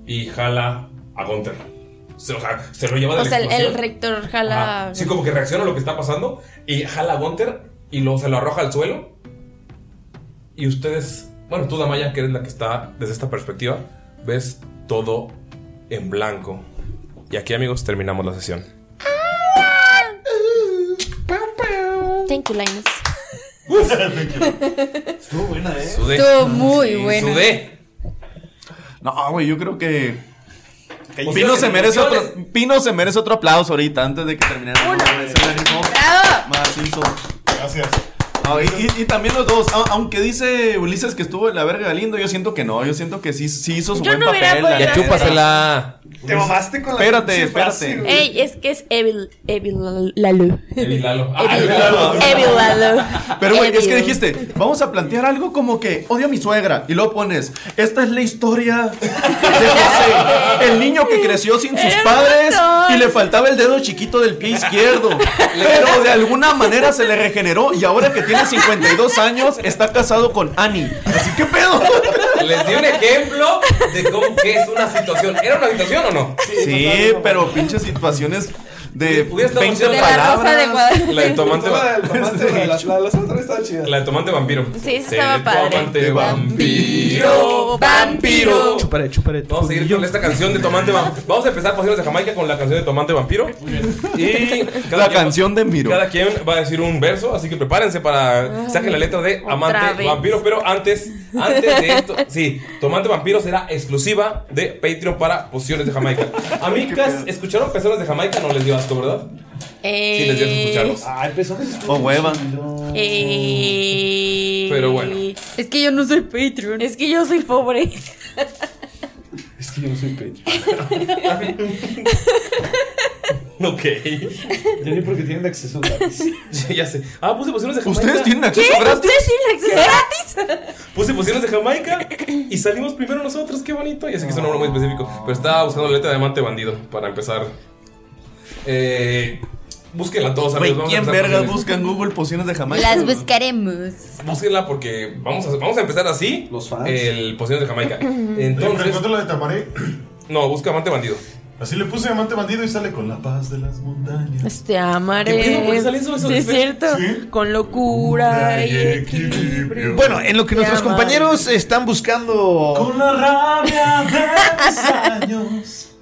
Y jala a Gunther. Se, o sea, se lo lleva de
O
la
sea, el,
explosión.
el rector
Ajá.
jala.
Sí, como que reacciona a lo que está pasando y jala a Gunter y lo, se lo arroja al suelo. Y ustedes, bueno, tú Damaya, que eres la que está desde esta perspectiva, ves todo en blanco. Y aquí, amigos, terminamos la sesión.
Thank you, Linus.
Estuvo buena, ¿eh?
Sudé.
Estuvo muy buena.
No, güey, yo creo que.
O
Pino,
sea,
se merece otro,
emociones.
Pino se merece otro aplauso ahorita antes de que termine. Macizo.
Gracias.
No, y, y- y también los dos, a- aunque dice Ulises que estuvo en la verga lindo, yo siento que no, yo siento que sí, sí hizo su
Yo
buen
no hubiera
papel. la
podido
neta.
hacer
chúpasela.
Te mamaste con la
Espérate,
pinche frase,
espérate.
Ey, es que es Evil, Evil Lalo.
Evil Lalo.
Evil Lalo.
Pero güey, es que
Evil.
dijiste, vamos a plantear algo como que odio a mi suegra. Y luego pones, esta es la historia de José, el niño que creció sin sus padres y le faltaba el dedo chiquito del pie izquierdo. Pero de alguna manera se le regeneró y ahora que tiene 52 años está casado con Annie. Así que pedo.
Les di un ejemplo de cómo que es una situación. ¿Era una situación o no?
Sí, pero pinches situaciones de
Hubiera estado
20
chida la-
palabras.
La de tomate
La del tomate, la- la- la- las otras estaban chidas.
La de tomate vampiro.
Sí, esa
Sí,
estaba padre.
Tomate vampiro. Vampiro. Chuparé, chuparé. Vamos a seguir con esta canción de tomate vampiro. Vamos a empezar pasiones de Jamaica con la canción de tomate vampiro. Y cada
La
quien-
canción de Miro.
Cada quien va a decir un verso, así que prepárense para
Ay,
saquen la letra de
otra
Amante
vez.
Vampiro, pero antes, antes de esto, sí, Tomante Vampiro será exclusiva de Patreon para Pociones de Jamaica. Amigas, ¿escucharon Pezones de Jamaica? No les dio asco, ¿verdad? Sí, les dio asco escucharlos.
Ah,
Ay, pezones
O hueva.
Eh,
Pero bueno.
Es que yo no soy Patreon. Es que yo soy pobre.
Es que yo no soy Patreon. ok.
Yo ni porque tienen acceso gratis.
ya sé. Ah, puse Pociones de Jamaica.
¿Ustedes tienen acceso ¿Qué? gratis? ¿Ustedes
tienen acceso
gratis? Puse Pociones de Jamaica y salimos primero nosotros, qué bonito. Ya sé que es un nombre muy específico, pero estaba buscando la letra de Amante Bandido para empezar. Eh, búsquenla todos,
Güey,
amigos. vamos a
¿quién
empezar
vergas
Pociones.
busca en Google pociones de Jamaica?
Las buscaremos.
Búsquenla porque vamos a, vamos a empezar así el Pociones de Jamaica.
Entonces,
Entonces,
la de Tamaré.
no, busca Amante Bandido.
Así le puse amante bandido y sale con la paz de las montañas.
Te este, amaré.
¿Qué pedo? ¿Por qué sale eso? Eso
Sí,
es
es cierto. Con locura y equilibrio.
Bueno, en lo que
Te
nuestros
amaré.
compañeros están buscando. Con la rabia de mis años.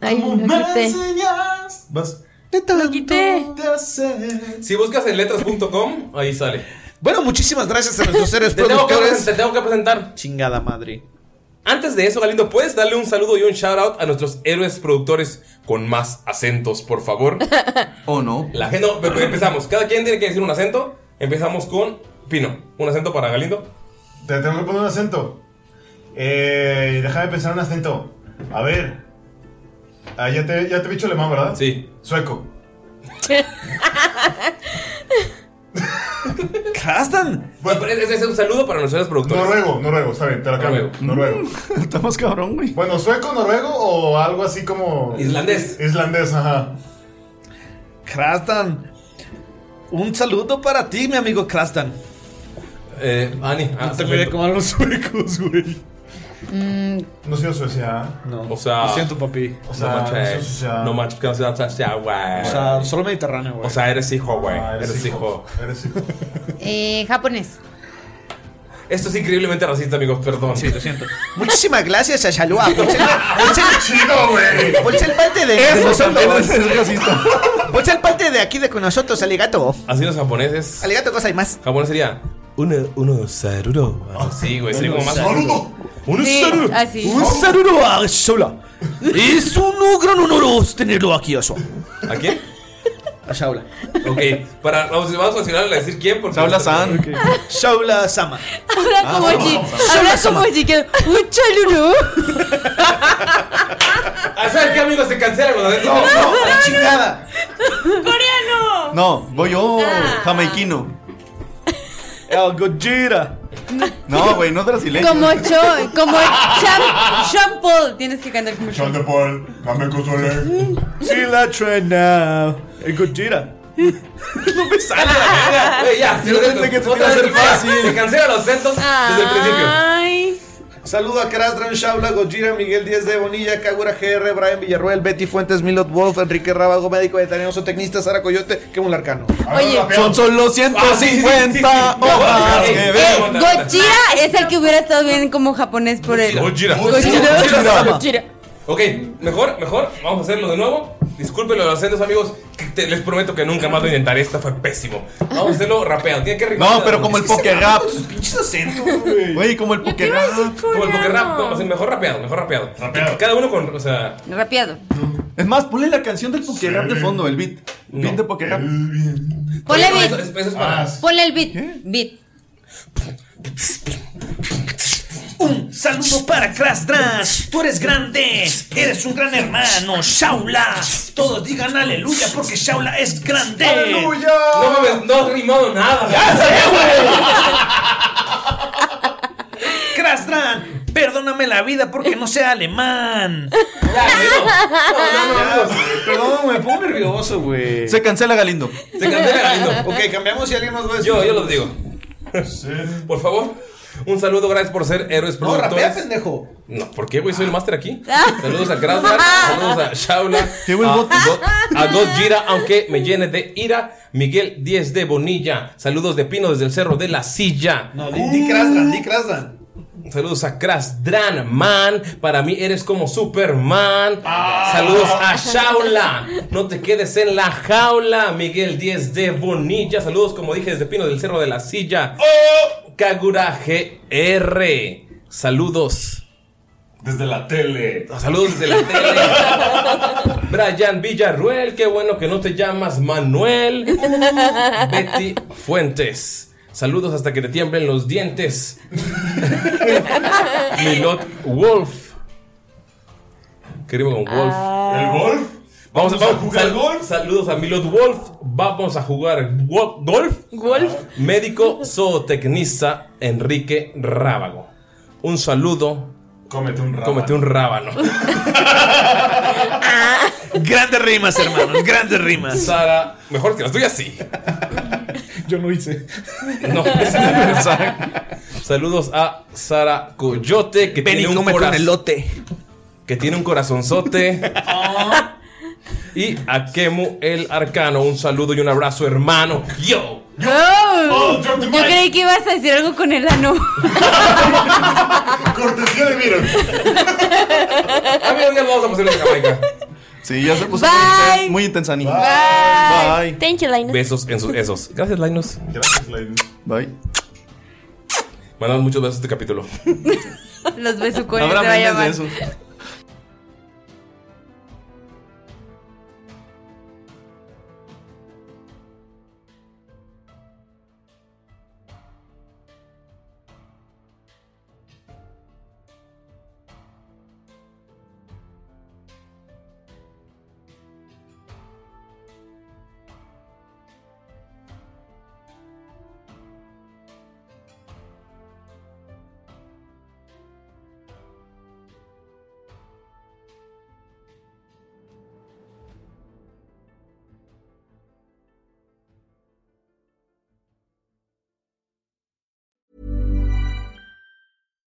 Ay,
como
lo
me
quité.
enseñas
Vas.
de tanto de hacer.
Si buscas en letras.com, ahí sale.
Bueno, muchísimas gracias a nuestros héroes
Te tengo que
productores.
presen- te tengo que presentar.
Chingada madre.
Antes de eso, Galindo, ¿puedes darle un saludo y un shout out a nuestros héroes productores con más acentos, por favor?
¿O no?
La gente, no, pe- empezamos. Cada quien tiene que decir un acento. Empezamos con Pino. Un acento para Galindo.
Te tengo que poner un acento. Eh, déjame pensar un acento. A ver. Ah, ya te, ya te he dicho alemán, ¿verdad?
Sí.
Sueco.
¿Castan?
Bueno, pero ese es un saludo para nuestros héroes productores.
Noruego, noruego, está bien, te la cambio. Noruego.
Estamos cabrón, güey.
Bueno, sueco, noruego o algo así como.
Islandés.
Islandés, ajá.
Krastan. Un saludo para ti, mi amigo Krastan.
Eh, Ani,
no Ah, te voy a comer los suecos, güey.
No soy de Suecia.
No.
O sea.
Lo siento, papi.
O
O
sea,
sea,
no
eso
manches.
es ya-
No manches, que no seas así, güey.
O sea, solo mediterráneo, güey.
O sea, eres hijo, güey.
Ah,
eres,
eres
hijo.
Eres hijo.
Eh, japonés.
Esto es increíblemente racista, amigos, perdón.
Sí, lo siento.
Muchísimas gracias Ah, a Shalua. chido,
güey.
Por ser parte de
Eso también
nosotros.
es racista.
Por ser parte de aquí de con nosotros, Aligato.
Así los japoneses.
Aligato, cosa y más.
Japonés sería. Uno, uno, saruro. Oh, sí, güey, sería como más.
Saludo.
Un
Sí,
saludo.
así.
Un saludo a Shaula. Es un gran honor tenerlo aquí a Shaula.
¿A quién?
A Shaula.
Ok, para, vamos, vamos a mencionar a decir quién. Porque
Shaula San.
Shaula Sama.
Habla
Ah,
como
Sama,
chi.
Sama.
Habla
Sama,
como chi que. Un chalurú.
Ah, ¿Saben qué, amigos? Se cancela cuando
No, no, la
chingada.
¡Coreano!
No, voy yo, jamaiquino.
El Gojira.
No, güey, no es brasileño.
Como cho. Como champ. Sean Paul. Tienes que cantar como Sean
Paul. Dame consuelo.
Sí, la traen now. El Gojira.
No me sale la verga. Güey, ¡Ah! ya.
Yo pensé que te iba a hacer fácil.
Se cancela los centos desde el principio.
Ay.
Saludo a Krasdran, Shaula, Gojira, Miguel Díaz de Bonilla, Kagura GR, Brian Villarruel, Betty Fuentes, Milot Wolf, Enrique Rábago, médico veterinario, zootecnista, Sara Coyote, Kemul Arcano. Ah,
Oye.
Son solo 150 hojas que
Eh,
veo.
Gojira es el que hubiera estado bien como japonés por el.
Gojira.
Gojira.
Gojira.
Gojira.
Ok, mejor, mejor, vamos a hacerlo de nuevo. Disculpen los acentos, amigos. que te- les prometo que nunca más lo intentaré. Esto fue pésimo. Vamos a hacerlo rapeando. Tiene que
No, pero como el
poker
Pokerrap.
Pinches acentos,
Güey, como el Pokerrap.
Como el poker rap. No, o sea, mejor rapeado, mejor rapeado. Que Cada uno con. O sea.
Rapiado.
Es más, ponle la canción del Pokerrap de fondo, el beat. Beat de Pokerrap.
Ponle
No,
beat.
eso- eso- eso es para-
Ponle el beat. Beat.
Un saludo para Krasdras. Tú eres grande. Eres un gran hermano. Shaula. Todos digan aleluya porque Shaula es grande.
¡Aleluya! No mames, no has rimado nada.
¡Ya sé, Krasdran, perdóname la vida porque no sea alemán.
Ah. Perdón, me pongo nervioso, güey.
Se cancela Galindo.
Se cancela Galindo.
Ok, cambiamos si alguien nos va a decir.
Yo, yo los digo. Por favor, un saludo, gracias por ser héroes
No, rapea,
productores.
pendejo.
No, ¿por qué, güey? Soy el máster aquí. Saludos a Krasnar, saludos a Shaula, a, Go- a Gojira, aunque me llene de ira. Miguel 10 de Bonilla, saludos de Pino desde el Cerro de la Silla.
No, di, di Krasdran, di Krasdran.
Saludos a Krasdran, man. Para mí eres como Superman. Saludos a Shaula. No te quedes en la jaula. Miguel 10 de Bonilla. Saludos, como dije, desde Pino del Cerro de la Silla.
Oh.
Kagura GR. Saludos.
Desde la tele.
Saludos desde la tele. Brian Villarruel, qué bueno que no te llamas Manuel. Betty Fuentes. Saludos hasta que te tiemblen los dientes. Milot Wolf. Queremos con Wolf.
¿El golf?
Vamos, a, jugar golf. Saludos a Milot Wolf. Vamos a jugar wo- golf.
Golf.
Médico zootecnista Enrique Rábago. Un saludo.
Cómete un
rábano. Cómete un rábano.
Ah. Grandes rimas, hermanos, grandes rimas.
Sara, mejor que las tuyas, sí.
Yo no hice.
No, es universal. Saludos a Sara Coyote que
Ven y
tiene un
cómete un
corazón
elote. Oh.
que tiene un corazonzote. y a Kemu el Arcano, un saludo y un abrazo, hermano. Yo.
Oh,
Oh, drop the
yo
mic.
creí que ibas a decir algo con el ano.
Cortesía de Miron.
Amigos, ya nos vamos a poner en Jamaica.
Sí, ya se puso
Bye.
muy inten- muy intensaní. Bye.
Thank you, Linus.
Besos en sus esos. Gracias, Linus.
Gracias, Linus.
Bye.
Mandamos muchos besos a este capítulo.
Los besucones
Habrá
se va a
memes
llamar.
de eso.